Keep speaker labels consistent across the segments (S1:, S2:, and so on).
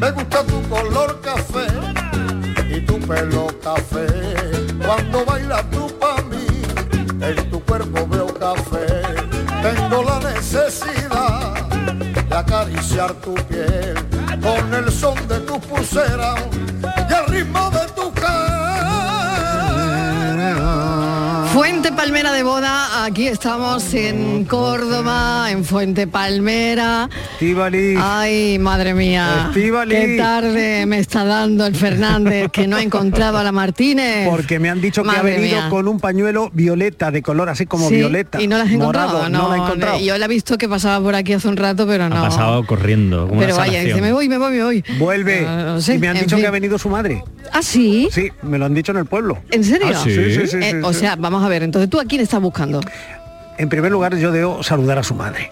S1: Me gusta tu color café y tu pelo café. Cuando bailas tú para mí, en tu cuerpo veo café. Tengo la necesidad de acariciar tu piel con el son de tus pulseras y el ritmo de tu
S2: Fuente Palmera de Boda, aquí estamos en Córdoba, en Fuente Palmera.
S3: Estíbaliz.
S2: Ay, madre mía.
S3: Estíbaliz.
S2: Qué tarde me está dando el Fernández, que no ha encontrado a la Martínez.
S3: Porque me han dicho que ha
S2: Eh, Madre
S3: venido
S2: mía.
S3: con un pañuelo violeta, de color así como
S2: Sí,
S3: violeta.
S2: Y no la has encontrado.
S3: morado, no, la he encontrado.
S2: Yo la he visto que pasaba por aquí hace un rato, pero no.
S4: Ha pasado corriendo. como una
S2: Pero vaya,
S4: salación.
S2: dice, me voy, me voy, me voy.
S3: Vuelve.
S2: No, no sé,
S3: y me han
S2: en
S3: dicho
S2: fin.
S3: que ha venido su madre.
S2: ¿Ah, sí?
S3: Sí, me lo han dicho en el pueblo.
S2: ¿En serio?
S3: Ah, sí. Sí, sí, sí,
S2: Eh,
S3: sí,
S2: o
S3: sí.
S2: sea, vamos a ver, entonces tú a quién estás buscando.
S3: En primer lugar, yo debo saludar a su madre.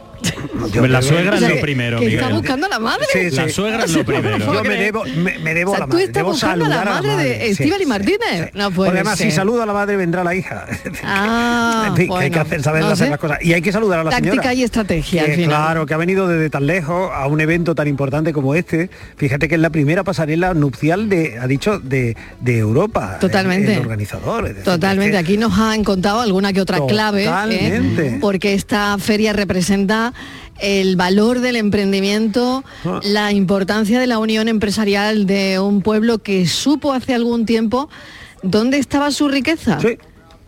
S3: Yo
S4: Pues la
S3: debo-
S4: suegra
S2: O sea,
S4: es
S2: que-
S4: lo primero,
S2: que
S4: Miguel.
S2: está buscando a la madre.
S3: Sí, sí.
S4: La suegra es lo primero.
S3: Yo me debo, me, me debo
S2: O sea,
S3: a la
S2: tú
S3: madre.
S2: estás
S3: debo
S2: buscando a la
S3: saludar
S2: madre de eh, Estíbaliz Martínez. No puede
S3: Porque además,
S2: ser.
S3: si saludo a la madre, vendrá la hija.
S2: Ah,
S3: en fin, que hay
S2: bueno,
S3: que hacer, saber
S2: no
S3: hacer
S2: sé.
S3: las cosas. Y hay que saludar a la
S2: Táctica
S3: señora.
S2: y estrategia,
S3: Que,
S2: al final.
S3: Claro, que ha venido desde tan lejos a un evento tan importante como este. Fíjate que es la primera pasarela nupcial de, ha dicho, de, de Europa. el-
S2: Totalmente.
S3: El, organizador. es decir,
S2: Totalmente,
S3: es que-
S2: aquí nos han contado alguna que otra clave, ¿eh?
S3: Totalmente.
S2: porque esta feria representa el valor del emprendimiento,
S3: Ah.
S2: la importancia de la unión empresarial de un pueblo que supo hace algún tiempo dónde estaba su riqueza.
S3: Sí.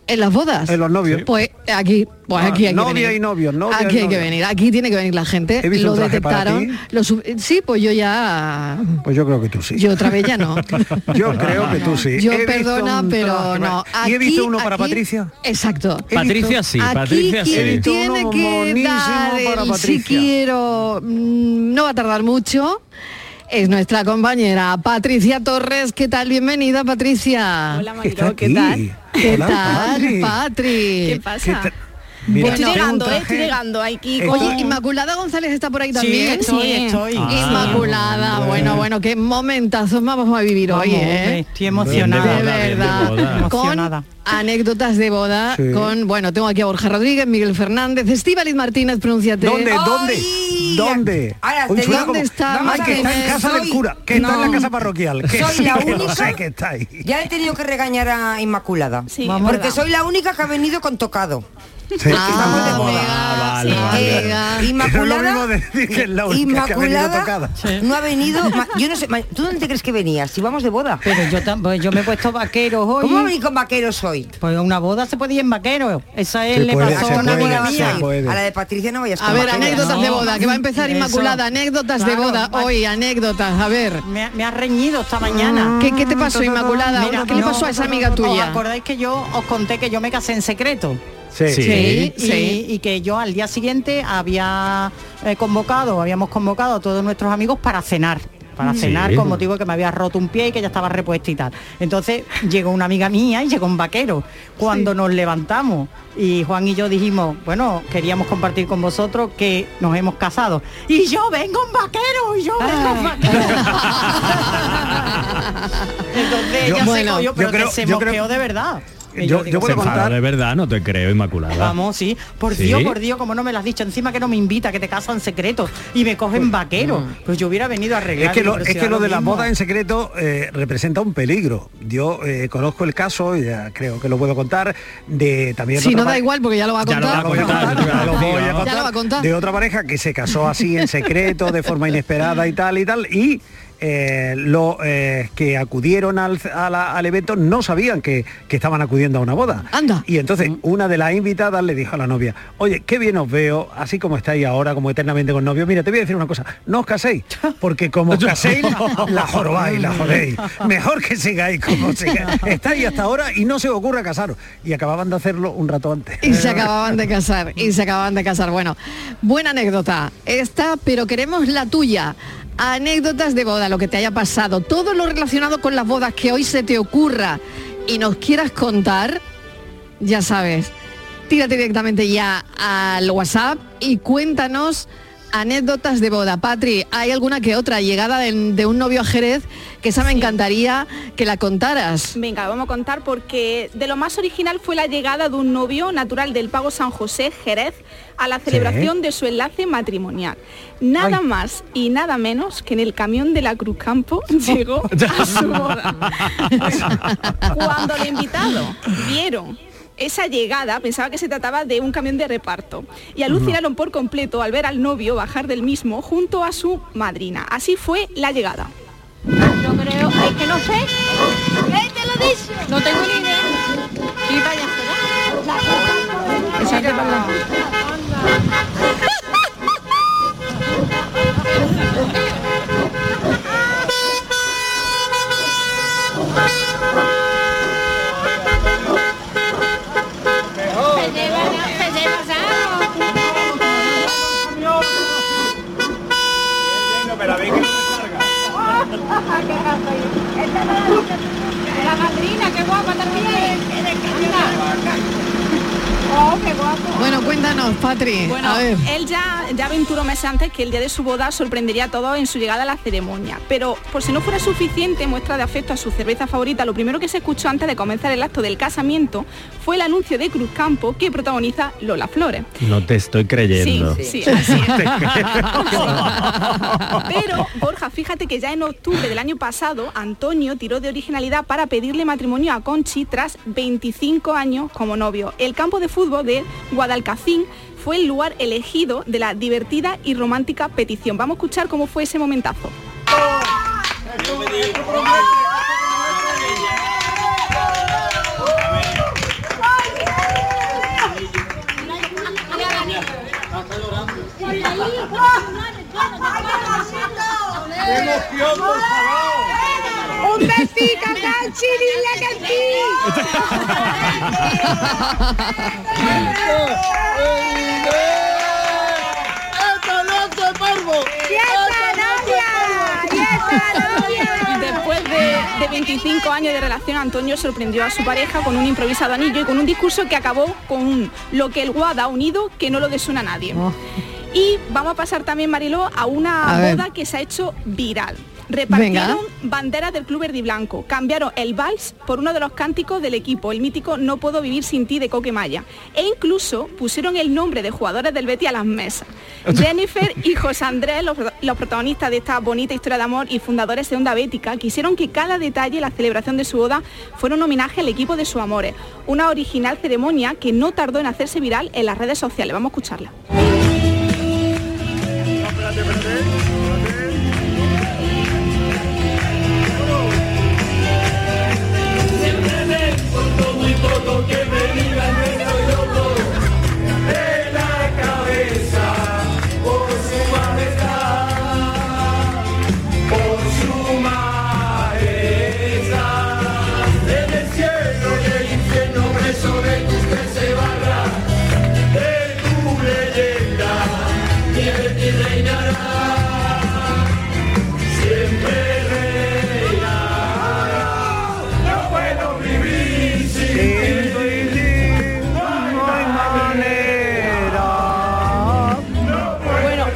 S2: En las bodas.
S3: En los novios. Sí.
S2: Pues aquí, pues
S3: Ah,
S2: aquí hay que
S3: novia
S2: venir.
S3: y novios, novia
S2: aquí
S3: y
S2: hay que
S3: novio.
S2: venir, aquí tiene que venir la gente.
S3: He visto
S2: Lo
S3: un traje para
S2: detectaron.
S3: ti.
S2: lo su- sí, pues yo ya.
S3: Pues yo creo que tú sí.
S2: Yo otra vez ya no.
S3: Yo creo que tú sí.
S2: Yo
S3: He visto
S2: perdona,
S3: un
S2: pero
S3: traje
S2: no.
S3: para- ¿Y he
S2: Aquí-
S3: visto uno para
S2: aquí-
S3: Patricia?
S2: Exacto.
S3: He
S4: Patricia
S3: visto-
S4: sí,
S2: Aquí
S4: Patricia
S2: quien
S4: sí.
S3: He visto
S2: tiene
S3: uno
S2: que
S3: monísimo
S2: dar
S3: para
S2: el si
S3: Patricia.
S2: quiero, mm, no va a tardar mucho. Es nuestra compañera Patricia Torres. ¿Qué tal? Bienvenida, Patricia.
S5: Hola
S3: Está
S5: Mariló, ¿qué
S3: aquí.
S5: tal?
S2: ¿Qué
S3: Hola,
S2: tal,
S3: Patri.
S2: Patri?
S5: ¿Qué pasa?
S3: ¿Qué tal? Mira,
S2: Bueno,
S5: estoy
S3: tengo un
S5: llegando, eh, estoy
S3: traje-
S5: llegando aquí.
S3: Estoy-
S2: Oye, Inmaculada González está por ahí también.
S5: estoy, estoy.
S3: Ah,
S2: Inmaculada, bueno, bueno, qué momentazos más vamos a vivir hoy, ¿eh?
S6: Estoy
S4: emocionada.
S2: De
S4: boda, bien de
S2: verdad,
S5: Ah.
S4: boda.
S2: con
S6: Emocionada.
S2: anécdotas de boda,
S3: Sí.
S2: con, bueno, tengo aquí a Borja Rodríguez, Miguel Fernández, Estíbaliz Martínez, pronúnciate.
S3: ¿Dónde? ¿Dónde?
S6: Ay,
S3: ¿Dónde?
S6: ahora
S3: Uy,
S6: te
S3: suena
S2: digo- ¿Dónde está?
S3: Ay,
S2: Vamos a
S3: que está en
S2: ver,
S3: casa del
S6: Eh, soy-
S3: cura, que está en
S6: No.
S3: la casa parroquial. Que
S6: Soy
S3: sí,
S6: la
S3: que lo
S6: única-
S3: sé que está ahí.
S6: Ya he tenido que regañar a Inmaculada.
S5: Sí,
S6: porque
S5: es verdad.
S6: soy la única que ha venido con tocado.
S3: Sí.
S2: Ah,
S6: de boda.
S2: amiga,
S4: Ah, vale,
S2: sí,
S4: vale.
S2: amiga.
S3: Es lo
S6: Inmaculada,
S3: mismo decir que es la única que ha venido
S6: Inmaculada
S3: tocada.
S6: no ha venido. ma- Yo no sé, ma- ¿tú dónde te crees que venías? Si vamos de boda.
S5: Pero yo, tam- pues yo me he puesto vaqueros hoy.
S6: ¿Cómo va a venir con vaqueros hoy?
S5: Pues a una boda se puede ir en vaquero. Esa es
S3: Se
S5: le
S3: puede,
S5: pasó
S3: se
S5: a una
S3: puede,
S5: amiga
S3: se
S5: mía.
S3: puede.
S6: A la de Patricia no vayas
S2: A
S6: con
S2: ver,
S6: vaqueros.
S2: anécdotas de boda, que va a empezar
S5: Eso.
S2: Inmaculada, anécdotas de
S5: Claro,
S2: boda
S5: va-
S2: hoy, anécdotas, a ver.
S5: Me, ha- me ha reñido esta mañana.
S2: ¿Qué, qué te pasó, Inmaculada?
S5: Mira,
S2: ¿Qué le
S5: no,
S2: pasó a esa
S5: no, no,
S2: amiga
S5: no, ¿Os
S2: tuya?
S5: acordáis que yo os conté que yo me casé en secreto?
S3: Sí.
S4: Sí.
S2: Sí,
S5: Y-
S2: sí.
S5: Y, que yo al día siguiente había eh, convocado, habíamos convocado a todos nuestros amigos para cenar. Para cenar
S4: Sí.
S5: con motivo de que me había roto un pie y que ya estaba repuesto y tal. Entonces llegó una amiga mía y llegó un vaquero. Cuando nos levantamos y Juan y yo dijimos, bueno, queríamos compartir con vosotros que nos hemos casado. Y yo vengo un vaquero, y yo vengo un vaquero. Entonces
S3: Yo-
S5: ella
S2: bueno,
S5: se cogió,
S3: yo
S5: pero
S3: creo-
S5: que se
S3: yo creo-
S5: mosqueó de verdad. Y
S3: yo- yo
S5: digo,
S4: Se
S3: puedo
S4: enfadó
S3: contar-
S4: de verdad, no te creo, Inmaculada.
S5: Vamos, sí. Por
S4: Sí.
S5: Dios, por Dios, como no me lo has dicho. Encima que no me invita, que te casan secretos y me cogen vaquero. Pues yo hubiera venido a arreglar.
S3: Es que, lo,
S5: pero
S3: es
S5: si
S3: que
S5: da
S3: lo de las
S5: mismo.
S3: bodas en secreto eh, representa un peligro. Yo eh, conozco el caso, ya creo que lo puedo contar, de también...
S2: Si
S3: otra
S2: no da
S3: pare-
S2: igual porque ya lo va a
S4: Ya lo
S2: contar.
S4: va a
S3: Voy a
S4: contar,
S3: contar,
S4: ya lo
S3: lo voy a
S4: digo, ¿no?
S2: Ya lo va a contar.
S3: De otra pareja que se casó así en secreto, de forma inesperada y tal y tal. Y eh, los eh, que acudieron al, a la- al evento no sabían que, que estaban acudiendo a una boda.
S2: Anda.
S3: Y entonces una de las invitadas le dijo a la novia, oye, qué bien os veo, así como estáis ahora, como eternamente con novios. Mira, te voy a decir una cosa, no os caséis, porque como os caséis, la jorobáis, la jodéis. Mejor que sigáis como sigáis. Estáis hasta ahora y no se os ocurra casaros. Y acababan de hacerlo un rato antes.
S2: Y se acababan de casar, y se acababan de casar. Bueno, buena anécdota esta, pero queremos la tuya. anécdotas de boda, lo que te haya pasado, todo lo relacionado con las bodas que hoy se te ocurra y nos quieras contar, ya sabes, tírate directamente ya al WhatsApp y cuéntanos anécdotas de boda. Patri, hay alguna que otra llegada de, de un novio a Jerez que esa me encantaría que la contaras.
S7: Venga, vamos a contar porque de lo más original fue la llegada de un novio natural del Pago San José, Jerez, a la celebración de su enlace matrimonial. Nada más y nada menos que en el camión de la Cruz Campo llegó a su boda. Cuando el invitado vieron esa llegada, pensaba que se trataba de un camión de reparto y alucinaron por completo al ver al novio bajar del mismo junto a su madrina. Así fue la llegada.
S8: Yo creo, es que no sé. ¿Qué te lo dice? No tengo ni idea. Y vaya,
S9: ya,
S8: Se lleva, se lleva La madrina, qué guapa también.
S7: Oh, qué guapo.
S2: Bueno, cuéntanos, Patri.
S7: Bueno,
S2: a ver.
S7: él ya, ya aventuró meses antes que el día de su boda sorprendería a todos en su llegada a la ceremonia. Pero por si no fuera suficiente muestra de afecto a su cerveza favorita, lo primero que se escuchó antes de comenzar el acto del casamiento fue el anuncio de Cruz Campo que protagoniza Lola Flores.
S10: No te estoy creyendo.
S7: Sí, sí, así es. Pero, Borja, fíjate que ya en octubre del año pasado, Antonio tiró de originalidad para pedirle matrimonio a Conchi tras 25 años como novio. El campo de fútbol de Guadalcacín fue el lugar elegido de la divertida y romántica petición. Vamos a escuchar cómo fue ese momentazo.
S8: Un besito, Canchi, dile que
S11: ¡Esta noche, parvo!
S7: Después de, de 25 años de relación, Antonio sorprendió a su pareja con un improvisado anillo y con un discurso que acabó con un lo que el guada ha unido que no lo desuna a nadie. Y vamos a pasar también, Mariló, a una
S2: Oh. A ver.
S7: boda que se ha hecho viral. Repartieron
S2: Venga.
S7: banderas del Club Verde y Blanco, cambiaron el vals por uno de los cánticos del equipo, el mítico No puedo vivir sin ti de Coquemaya. E incluso pusieron el nombre de jugadores del Betty a las mesas. Jennifer y José Andrés, los, pro- los protagonistas de esta bonita historia de amor y fundadores de Onda Bética, quisieron que cada detalle de la celebración de su boda fuera un homenaje al equipo de sus amores. Una original ceremonia que no tardó en hacerse viral en las redes sociales. Vamos a escucharla.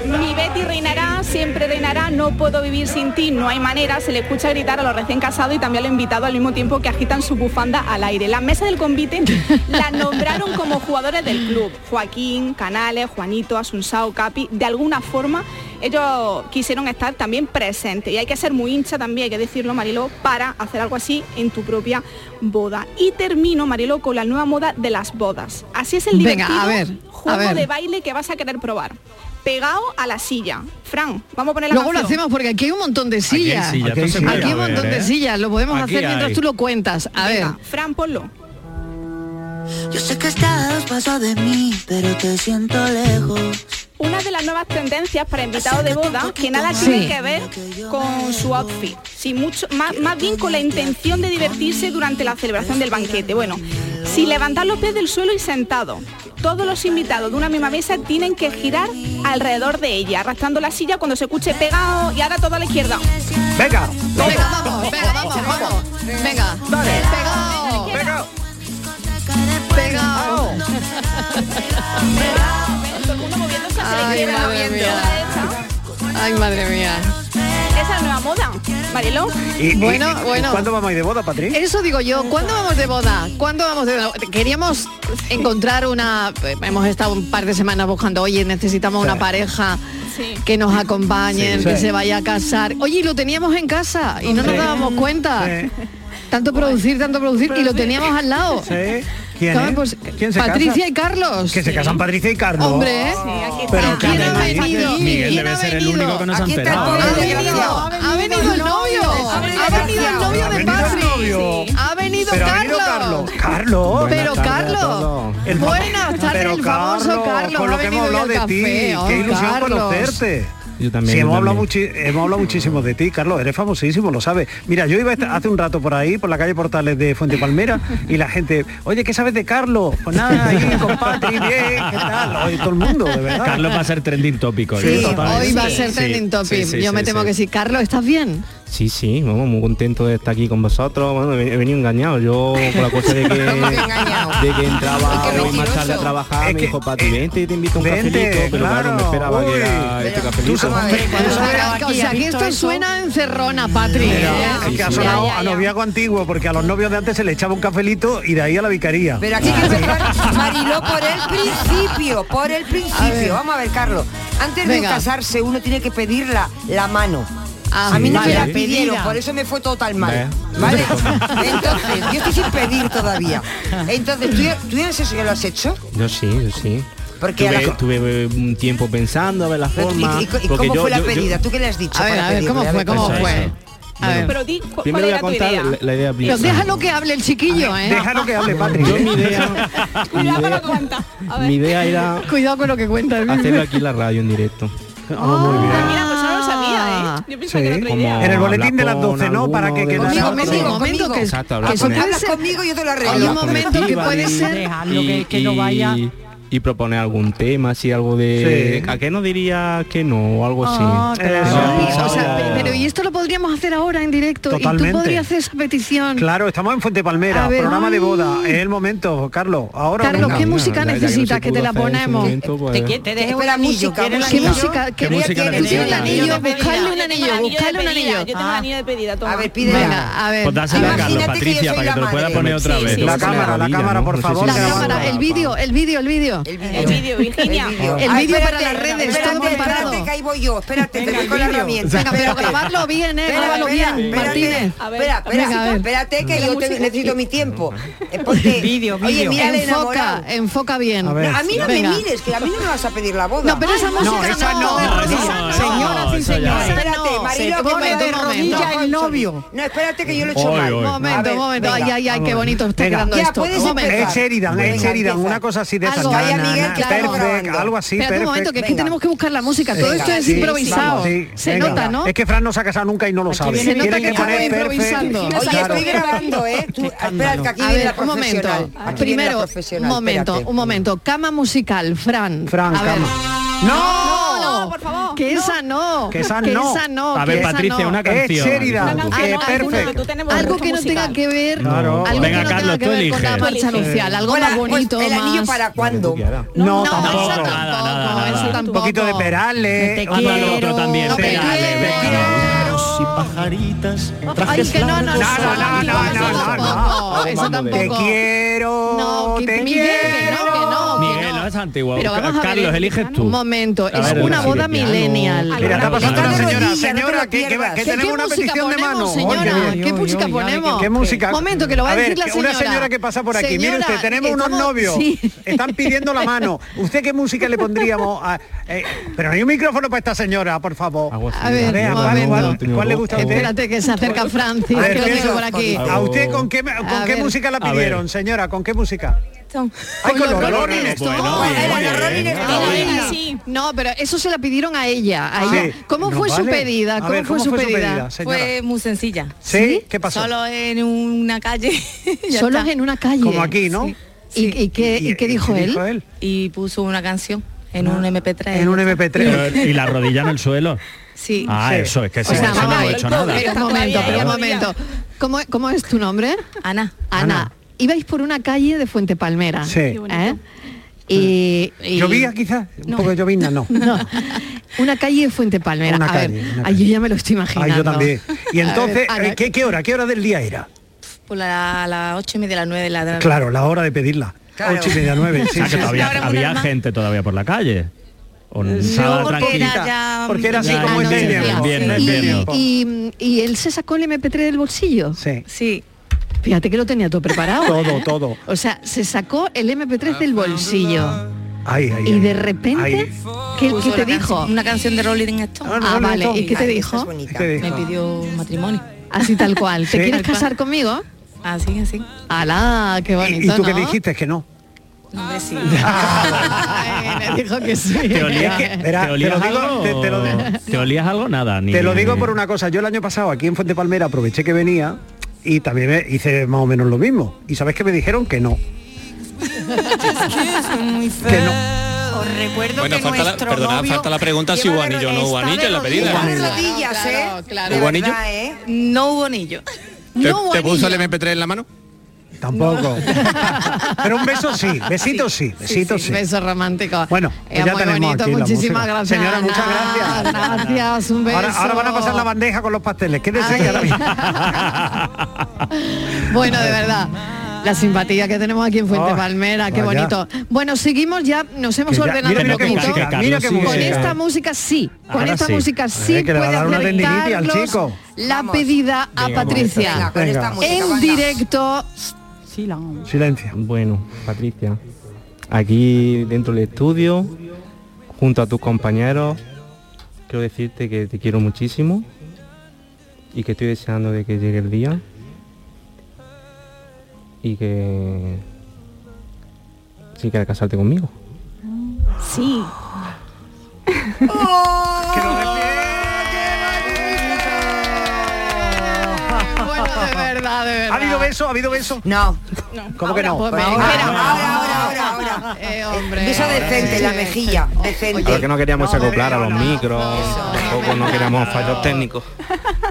S7: Bueno, mi Betty reinará, siempre reinará, no puedo vivir sin ti, no hay manera, se le escucha gritar a los recién casados y también a los invitados al mismo tiempo que agitan su bufanda al aire. La mesa del convite la nombraron como jugadores del club, Joaquín, Canales, Juanito, Asunsao, Capi, de alguna forma ellos quisieron estar también presentes y hay que ser muy hincha también, hay que decirlo Mariló, para hacer algo así en tu propia boda. Y termino Mariló con la nueva moda de las bodas. Así es el
S2: Venga,
S7: divertido
S2: a ver, a
S7: juego
S2: ver.
S7: de baile que vas a querer probar. Pegado a la silla. Fran, vamos a poner la
S2: Luego lo
S7: canción.
S2: hacemos porque aquí hay un montón de sillas.
S10: sillas,
S2: Aquí
S10: esto se puede
S2: hay un
S10: ver,
S2: montón
S10: ¿eh?
S2: de sillas. Lo podemos
S10: Aquí
S2: hacer mientras
S10: hay.
S2: tú lo cuentas. A ver.
S7: Venga, Fran, ponlo.
S12: Yo sé que estás a dos pasos de mí, pero te siento lejos.
S7: Una de las nuevas tendencias para invitados de boda que nada
S12: Sí.
S7: tiene que ver con su outfit, sí, mucho, más, más bien con la intención de divertirse durante la celebración del banquete. Bueno, sin levantar los pies del suelo y sentado. Todos los invitados de una misma mesa tienen que girar alrededor de ella, arrastrando la silla cuando se escuche pegado y ahora todo a la izquierda.
S3: Venga,
S2: Venga, vamos, venga, vamos, vamos. Venga. Pegao. Pegao. Pegao. Ay, madre mía. Ay, madre mía.
S7: Esa es la nueva moda, Mariló.
S2: bueno, bueno.
S3: ¿Cuándo vamos a ir de boda, Patri?
S2: Eso digo yo, ¿cuándo vamos de boda? ¿Cuándo vamos de boda? Queríamos encontrar una, hemos estado un par de semanas buscando, oye, necesitamos una pareja que nos acompañen,
S5: Sí.
S2: que
S5: Sí.
S2: se vaya a casar. Oye, y lo teníamos en casa y no nos
S3: Sí.
S2: dábamos cuenta. Tanto producir, tanto producir, y lo teníamos al lado.
S3: Sí. ¿Quién,
S2: Claro,
S3: es?
S2: pues,
S3: ¿Quién se
S2: Patricia
S3: casa?
S2: y Carlos.
S3: Que se casan Patricia y Carlos.
S2: Hombre, ¿eh?
S3: Pero
S2: ¿quién ha
S3: Carmen,
S2: venido?
S10: Miguel
S2: ¿Quién
S10: debe
S2: ha
S10: ser el
S2: venido?
S10: único que no se ha
S2: Aquí está el
S10: enterado.
S2: novio. Ha venido el novio. Ha venido el novio de Patri. Ha venido
S3: Pero ha venido
S2: Carlos.
S3: Carlos. Carlos.
S2: Pero Carlos.
S3: El fam-
S2: Buenas tardes,
S3: Pero
S2: el famoso Carlos.
S3: Con
S2: Ha
S3: lo que hemos
S2: venido
S3: hablado
S2: ya
S3: de
S2: al
S3: ti.
S2: café. Oh,
S3: Qué ilusión
S2: Carlos.
S3: conocerte.
S10: Yo también,
S3: Sí,
S10: yo
S3: hemos hablado, muchi- hemos hablado muchísimo de ti, Carlos, eres famosísimo, lo sabes. Mira, yo iba esta- hace un rato por ahí, por la calle Portales de Fuente Palmera, y la gente, oye, ¿qué sabes de Carlos? Pues nada, ahí, compadre, bien, ¿qué tal? Oye, todo el mundo, de verdad.
S10: Carlos va a ser trending topic hoy.
S2: Sí,
S10: totalmente.
S2: hoy va a
S10: Sí,
S2: ser trending
S10: sí,
S2: topic.
S10: sí,
S2: Yo
S10: sí,
S2: me temo
S10: sí.
S2: que sí. Carlos, ¿estás bien?
S10: Sí, sí, vamos, muy contento de estar aquí con vosotros. Bueno, he he venido engañado. Yo por la cosa de que, de que entraba hoy más tarde a trabajar, me dijo, Pati, vente y te invito a un cafelito, pero claro, me esperaba que era este cafelito.
S2: O sea, que esto suena encerrona, Patri.
S3: Mira,
S2: ¿eh?
S3: es que ha
S2: Ya,
S3: sonado
S2: ya, ya.
S3: a noviazgo antiguo, porque a los novios de antes se le echaba un cafelito y de ahí a la vicaría.
S6: Pero aquí hay que empezar, Mariló, por el principio, por el principio.
S3: ver.
S6: Vamos a ver, Carlos. Antes
S3: Venga.
S6: de casarse uno tiene que pedir la, la mano.
S2: Ah,
S6: a mí no
S3: vale.
S6: me la
S3: Sí.
S6: pidieron, por eso me fue todo tan mal. ¿Vale? Entonces, yo estoy sin pedir todavía. Entonces, ¿tú, ya- tú ya eso ya lo has hecho?
S10: Yo sí, yo sí.
S6: Porque a
S10: tuve,
S6: la co-
S10: tuve un tiempo pensando a ver la
S6: Pero tú- ¿Y,
S10: forma.
S6: y- y
S10: porque
S6: cómo
S10: yo-
S6: fue la
S10: yo- yo-
S6: pedida? ¿Tú qué le has dicho?
S2: A ver,
S6: para
S2: a ver,
S6: pedirle?
S2: ¿cómo
S6: A
S2: fue?
S6: ver,
S2: ¿Cómo
S6: eso,
S2: fue?
S6: eso.
S2: A ver.
S7: Pero di,
S10: Primero
S7: ¿cu- ¿cuál
S10: voy
S7: era
S10: a
S7: tu
S10: contar
S7: idea?
S10: la, la
S2: Pero
S10: idea principal.
S2: déjalo que hable el chiquillo, ¿eh?
S3: Déjalo que hable, Patri.
S10: Yo mi idea, mi idea, mi idea era
S2: Cuidado con lo que cuenta. ¿eh? Ah,
S10: hacerlo aquí en la radio en directo. Ah,
S7: Mira, pues yo no lo sabía, ¿eh? Yo pensaba que era otra idea.
S3: En el boletín de las 12, ¿no? Para que quedara...
S2: Conmigo,
S3: todo.
S2: conmigo, momento que-
S10: Exacto, hablar
S2: que eso
S10: con él.
S2: puede ser- Hay un momento que puede ser...
S10: y proponer algún tema, así algo de a qué no diría que no o algo así.
S2: Ah, O sea, pe- pero y esto lo podríamos hacer ahora en directo. Y
S3: Totalmente.
S2: tú podrías hacer esa petición.
S3: Claro, estamos en Fuente Palmera,
S2: A ver,
S3: programa de
S2: ay.
S3: boda. Es el momento, Carlos. Ahora
S2: Carlos,
S3: venga.
S2: ¿qué música necesitas que, te la ponemos?
S13: dejo el
S2: la
S13: anillo, ¿quieres el
S2: ¿Qué
S13: anillo?
S2: música?
S13: ¿Qué música
S2: quieres?
S13: necesitas?
S2: Buscarle un
S13: Anillo
S2: anillo,
S13: de pedida.
S2: buscarle un
S7: Yo
S2: anillo,
S7: tengo
S2: buscarle un
S7: de pedida,
S2: anillo.
S7: Yo tengo un anillo de pedida, toma.
S6: A ver, pídela.
S2: Venga, a ver.
S10: Pues dásela a Carlos,
S6: Imagínate que yo
S10: Patricia,
S6: soy
S10: para que te lo
S6: la
S10: pueda
S6: madre.
S10: poner otra vez.
S3: La cámara, la cámara, por favor.
S2: La
S3: que vamos.
S2: cámara, el vídeo, el vídeo, el vídeo.
S7: El vídeo, Virginia.
S2: El
S6: Ay,
S2: vídeo para
S6: Ah, espérate,
S2: las redes,
S6: espérate,
S2: todo preparado.
S6: Espérate, que ahí voy yo. Espérate, te voy con la herramienta.
S2: Venga, pero
S6: Espérate.
S2: grabarlo bien, eh,
S6: Espera,
S2: grábalo
S6: espera,
S2: bien,
S6: espérate.
S2: Martínez.
S6: A ver, Espera, espera,
S2: Venga, a ver.
S6: espérate que
S2: La
S6: yo te-
S2: música.
S6: necesito mi tiempo. Es porque- Oye, mira el
S2: enfoca,
S6: enamorado.
S2: enfoca bien.
S6: A, mí no
S2: Venga.
S6: me mires, que a mí no me vas a pedir la boda.
S2: No, pero esa
S6: Ay,
S2: música
S6: esa
S2: no,
S6: de
S2: no,
S6: rodillas,
S2: esa no,
S6: señoras y
S2: esa ya.
S6: señores.
S2: Esa
S6: Espérate,
S2: no.
S6: Mariló,
S2: Sí,
S6: que me
S2: momento,
S6: de
S2: momento.
S6: rodillas el
S2: Oy,
S6: novio. No, espérate que yo lo he hecho
S3: Oy,
S6: mal.
S3: oy.
S2: Momento, momento, ay, ay, ay, qué bonito está
S3: Venga.
S2: quedando esto.
S6: puedes
S2: Un momento.
S3: Es Sheridan, es Sheridan, una cosa así de
S2: Algo.
S3: esas.
S2: Calla,
S3: Na, na,
S2: Miguel,
S3: na,
S2: claro.
S3: perfect, algo así,
S2: Espérate un momento, que aquí
S3: perfect.
S2: tenemos que buscar la música. Todo
S3: Venga,
S2: esto es
S3: sí,
S2: improvisado.
S3: vamos, sí,
S2: Se
S3: venga.
S2: nota, ¿no?
S3: Es que Fran no se ha casado nunca y no lo sabe.
S2: viene- Se nota
S3: Tiene
S2: que
S3: que poner
S2: estamos
S3: perfect.
S2: improvisando.
S6: Oye,
S3: Claro.
S6: estoy grabando, ¿eh? Tú, espera, que aquí
S2: a
S6: viene
S2: ver,
S6: la
S2: un momento.
S6: profesional. Aquí viene la
S2: Primero, un
S6: profesional,
S2: momento,
S6: espérate.
S2: un momento. Cama musical, Fran.
S3: Fran,
S2: a ver.
S3: cama.
S2: No, por favor. Que esa no.
S3: Que esa no.
S2: esa no,
S10: A ver,
S2: que esa
S10: Patricia,
S2: no.
S10: una canción.
S3: Sheridan,
S10: Una
S3: que
S2: Algo-
S3: perfect.
S2: alguna- Algo que no tenga que ver,
S3: Claro.
S2: algo
S10: Venga,
S2: que no
S10: Carlos,
S2: tenga
S10: tú
S2: que ver con la
S10: eliges.
S2: marcha
S10: Tú eliges.
S2: nupcial, algo
S6: Hola,
S2: más
S6: pues,
S2: bonito,
S6: ¿el anillo
S2: más-
S6: para cuándo?
S3: No,
S2: eso
S3: tampoco.
S2: tampoco, eso
S3: Un
S2: tampoco.
S3: poquito de perales. Vamos al otro también. Perales,
S9: Pájaros y pajaritas,
S2: Ay,
S9: trajes
S2: que no, no,
S9: blancos,
S2: no, no, no,
S9: abrigos
S2: no,
S9: de
S2: no,
S9: ropa.
S2: no, eso tampoco.
S3: quiero.
S2: No, que- Miguel, que no, que no.
S10: Miguel, no es antiguo.
S2: Pero vamos a ver,
S10: Carlos,
S2: eh,
S10: eliges tú.
S2: Un momento,
S10: A
S2: es
S10: ver,
S2: una
S10: sí,
S2: boda
S10: piano.
S2: millennial.
S3: Mira, está pasando una señora, señora, Ah, que, que,
S2: ¿Qué-
S3: que
S2: qué
S3: tenemos una
S2: música
S3: petición de mano.
S2: ponemos, señora? ¿Qué música ponemos?
S3: ¿Qué música?
S2: Momento, que lo va a
S3: ver,
S2: decir la
S3: que
S2: señora.
S3: Una señora que pasa por aquí. Mire
S2: Señora,
S3: usted, tenemos unos
S2: estamos-
S3: novios.
S2: Sí.
S3: Están pidiendo la mano. ¿Usted qué música le pondríamos? a- eh, pero hay un micrófono para esta señora, por favor.
S2: A ver,
S3: ¿cuál,
S2: un
S3: cuál-
S2: momento.
S3: cuál le gusta a usted?
S2: Espérate que se acerca Francis,
S3: A ver,
S2: que lo
S3: piensa,
S2: tengo por aquí.
S3: ¿A usted con qué,
S2: A
S3: con qué
S2: ver.
S3: música la
S2: A ver.
S3: pidieron, señora? ¿Con qué música?
S2: Stone.
S6: Ay, con los Rolling Stones. Era
S2: Era
S6: la Rolling
S2: Stone.
S6: Stone.
S2: Sí. Ah, No, pero eso se la pidieron a ella. a
S3: Ah.
S2: ella.
S3: Sí.
S2: ¿Cómo
S3: No
S2: fue su
S3: vale.
S2: pedida?
S3: A
S2: ¿Cómo
S3: ver,
S2: fue
S3: ¿cómo
S2: su
S3: fue su
S2: pedida?
S3: pedida, señora?
S5: Fue muy sencilla.
S3: ¿Sí? ¿Qué pasó?
S5: Solo en una calle. ya
S2: Solos
S5: está.
S2: en una calle.
S3: Como
S5: eh,
S3: aquí, ¿no?
S2: ¿Y, y qué, y qué dijo, él?
S5: Y puso una canción en un MP3.
S3: Ah. En un MP3.
S4: Pero, ¿Y la rodilla en el suelo?
S5: Sí.
S4: Ah,
S5: Sí.
S4: eso, es que
S5: O
S4: sí,
S5: sea,
S4: eso no
S5: vamos,
S4: he hecho nada.
S2: Pero un momento, pero un momento. ¿Cómo, cómo es tu nombre?
S5: Ana.
S2: Ana. Ibais por una calle de Fuente Palmera.
S3: Sí. Qué bonito.
S2: ¿eh? Y, y-
S3: ¿Llovía quizás? Un poco de llovizna, no.
S2: No. Una calle de Fuente Palmera.
S3: Una
S2: a
S3: calle,
S2: ver,
S3: una
S2: ay, yo ya me lo estoy imaginando.
S3: Ay, yo también. Y
S2: A ver,
S3: entonces,
S2: Ana,
S3: eh, ¿qué, qué hora? ¿Qué hora del día era?
S5: Por Pues la- a las ocho y media, a las nueve de la tarde.
S3: Claro, la hora de pedirla.
S5: Claro.
S3: Ocho y media, nueve.
S4: O sea, que todavía
S5: Ahora muy
S4: había
S5: normal.
S4: gente todavía por la calle. O no, estaba
S5: porque
S4: tranquila.
S5: era ya...
S3: Porque era así
S4: Ya,
S3: como
S4: ya,
S3: este
S4: ya,
S3: tiempo.
S4: ya,
S3: Bien,
S4: ya,
S3: bien,
S4: ya.
S3: bien.
S4: Y-
S2: y, y él se sacó el MP3 del bolsillo.
S3: Sí.
S5: Sí.
S2: Fíjate que lo tenía todo preparado.
S3: Todo, todo.
S2: O sea, se sacó el MP3 del bolsillo.
S3: Ay, ay,
S2: Y
S3: ay.
S2: de repente,
S3: Ay.
S2: ¿qué,
S5: Puso
S2: qué te
S5: la canción-
S2: dijo?
S5: Una canción de Rolling Stone.
S2: Ah, Rolling vale, pues, Stone. ¿y qué te Ay, esta es dijo? bonita.
S5: Me
S2: ¿Qué dijo?
S5: pidió matrimonio.
S2: Así tal cual. ¿Te
S5: Sí.
S2: quieres
S5: Tal cual.
S2: casar conmigo?
S5: Así, así.
S2: ¡Alá! ¡Qué bonito!
S3: Ah, ¿Y tú qué
S2: ¿no?
S3: dijiste? Es que no.
S13: Ah,
S5: Hombre, sí.
S2: Me dijo que sí.
S4: ¿Te olías,
S3: Es que, verá,
S4: ¿te
S3: te
S4: olías
S3: lo digo,
S4: algo?
S3: te- te lo digo.
S4: ¿Te olías algo? Nada. Ni,
S3: Te lo digo por una cosa, yo el año pasado aquí en Fuente Palmera aproveché que venía y también me hice más o menos lo mismo. Y sabes que me dijeron que no. Que no.
S6: Os recuerdo
S14: Bueno,
S6: que
S14: falta la,
S6: nuestro
S14: perdona,
S6: novio
S14: falta la pregunta si hubo anillo o no hubo anillo en la pedida.
S6: rodillas,
S5: claro,
S6: ¿eh?
S5: claro.
S14: ¿Hubo
S5: De
S14: anillo?
S5: verdad, ¿eh? No hubo anillo.
S14: ¿Te, te puso el MP3 en la mano?
S3: Tampoco. Pero un beso sí, besitos sí, besitos sí.
S2: Beso romántico.
S3: Bueno,
S2: Era
S3: pues ya
S2: Eh, muy
S3: tenemos
S2: bonito,
S3: aquí la
S2: muchísimas
S3: música.
S2: gracias.
S3: Señora, muchas
S2: Ana.
S3: gracias.
S2: Gracias, un beso.
S3: Ahora, ahora van a pasar la bandeja con los pasteles. Quédese que ahora mismo.
S2: Bueno, de verdad. La simpatía que tenemos aquí en Fuente
S3: Oh,
S2: Palmera, qué
S3: vaya.
S2: bonito. Bueno, seguimos ya, nos hemos
S3: Que ya-
S2: ordenado
S3: mira, mira
S2: un
S3: qué
S2: poquito.
S3: música, Carlos, mira qué
S2: Con
S3: música.
S2: esta música sí, con
S3: Ahora
S2: esta
S3: sí.
S2: música
S3: Eh,
S2: sí
S3: que le va a
S2: puede
S3: dar una
S2: hacer
S3: tendinitis al
S2: Carlos
S3: chico.
S2: la pedida a
S10: Venga,
S2: Patricia.
S10: Venga, con esta Venga. música,
S2: en
S10: venga.
S2: directo.
S3: Silencio.
S10: Bueno, Patricia, aquí dentro del estudio, junto a tus compañeros, quiero decirte que te quiero muchísimo y que estoy deseando de que llegue el día y que si quieres casarte conmigo.
S7: Sí.
S2: ¡Oh! Bueno, de verdad, de verdad.
S3: ¿Ha habido beso? ¿Ha habido beso?
S6: No.
S3: ¿Cómo que no?
S2: Pues
S3: Por
S2: venga,
S3: ahora.
S6: Ahora, ahora, ahora, ahora.
S2: Eh, hombre.
S6: Beso decente, la mejilla.
S10: Claro
S6: Decente.
S10: que no queríamos acoplar a los micros, tampoco no queríamos fallos técnicos.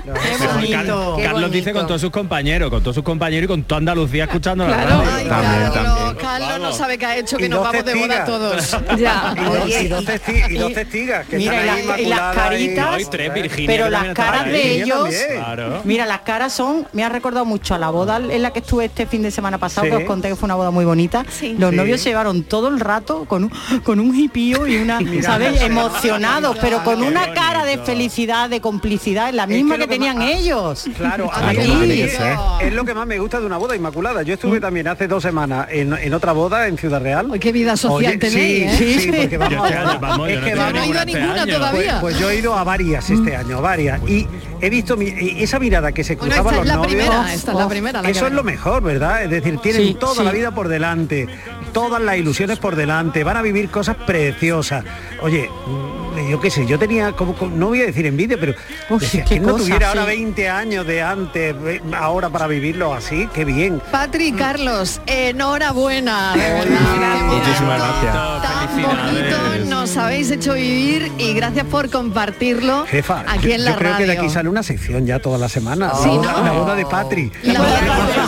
S4: Porque Car-
S10: bonito, qué
S4: Carlos dice
S10: bonito.
S4: con todos sus compañeros, con todos sus compañeros y con toda Andalucía escuchando la radio.
S10: También, también.
S2: Carlos no sabe qué ha hecho, que
S4: Y
S2: nos
S4: dos
S2: vamos de boda
S4: testigas.
S2: todos.
S3: Y dos-
S2: Oye,
S3: y dos testi- y dos testigas que
S13: Mira,
S3: están
S13: y
S3: ahí
S13: las- y las
S3: inmaculadas ahí.
S13: caritas,
S4: Hay tres, Virginia,
S13: pero
S4: que
S13: las
S4: también está
S13: caras
S4: ahí.
S13: de
S4: Virginia
S13: ellos,
S4: también. Claro.
S13: mira, las caras son, me ha recordado mucho a la boda en la que estuve este fin de semana pasado,
S3: Sí.
S13: que os conté que fue una boda muy bonita. Los
S3: Sí.
S13: novios se llevaron todo el rato con un, con un hipío y una,
S3: Mira,
S13: ¿sabes?
S3: qué
S13: Emocionados,
S3: bonito.
S13: pero con
S3: Qué
S13: una cara de felicidad, de complicidad, la misma
S3: Es
S13: que,
S3: lo
S13: tenían
S3: más-
S13: ellos.
S3: Claro,
S13: Aquí.
S3: además,
S10: tiene que
S3: es-
S10: ser.
S2: ¿eh?
S3: es lo que más me gusta de una boda inmaculada.
S2: Mm.
S3: Yo estuve también hace dos semanas en, en otra boda en Ciudad Real.
S2: qué vida social tenéis, ¿eh?
S3: sí, sí, porque vamos,
S2: Yo este año, vamos,
S3: es
S2: yo no
S3: que
S2: he
S3: vamos-
S2: ido a ninguna este año. Mm. todavía.
S3: Pues, pues yo he ido a varias este año, varias. Y he visto mi- y esa mirada que se
S2: Bueno,
S3: cruzaba
S2: esta es la
S3: los novios. oh,
S2: primera, esta es la primera, la que
S3: eso es
S2: veo.
S3: lo mejor, ¿verdad? Es decir, tienen
S2: Sí,
S3: toda
S2: sí.
S3: la vida por delante, todas las ilusiones por delante, van a vivir cosas preciosas. Oye, mm, yo qué sé, yo tenía como, como- no voy a decir envidia, pero decía,
S13: qué
S3: ¿quién no
S13: cosa,
S3: tuviera ahora
S13: sí.
S3: 20 años de antes, ve- ahora para vivirlo así, qué bien.
S2: Patri, Carlos, enhorabuena. de verdad.
S10: Muchísimas gracias.
S2: Bonito, nos habéis hecho vivir y gracias por compartirlo
S3: Jefa,
S2: aquí
S3: yo,
S2: en
S3: yo
S2: la
S3: creo
S2: radio.
S3: que de aquí sale una sección ya toda la semana.
S2: Sí,
S3: la, boda,
S2: ¿no?
S3: la boda de Patri.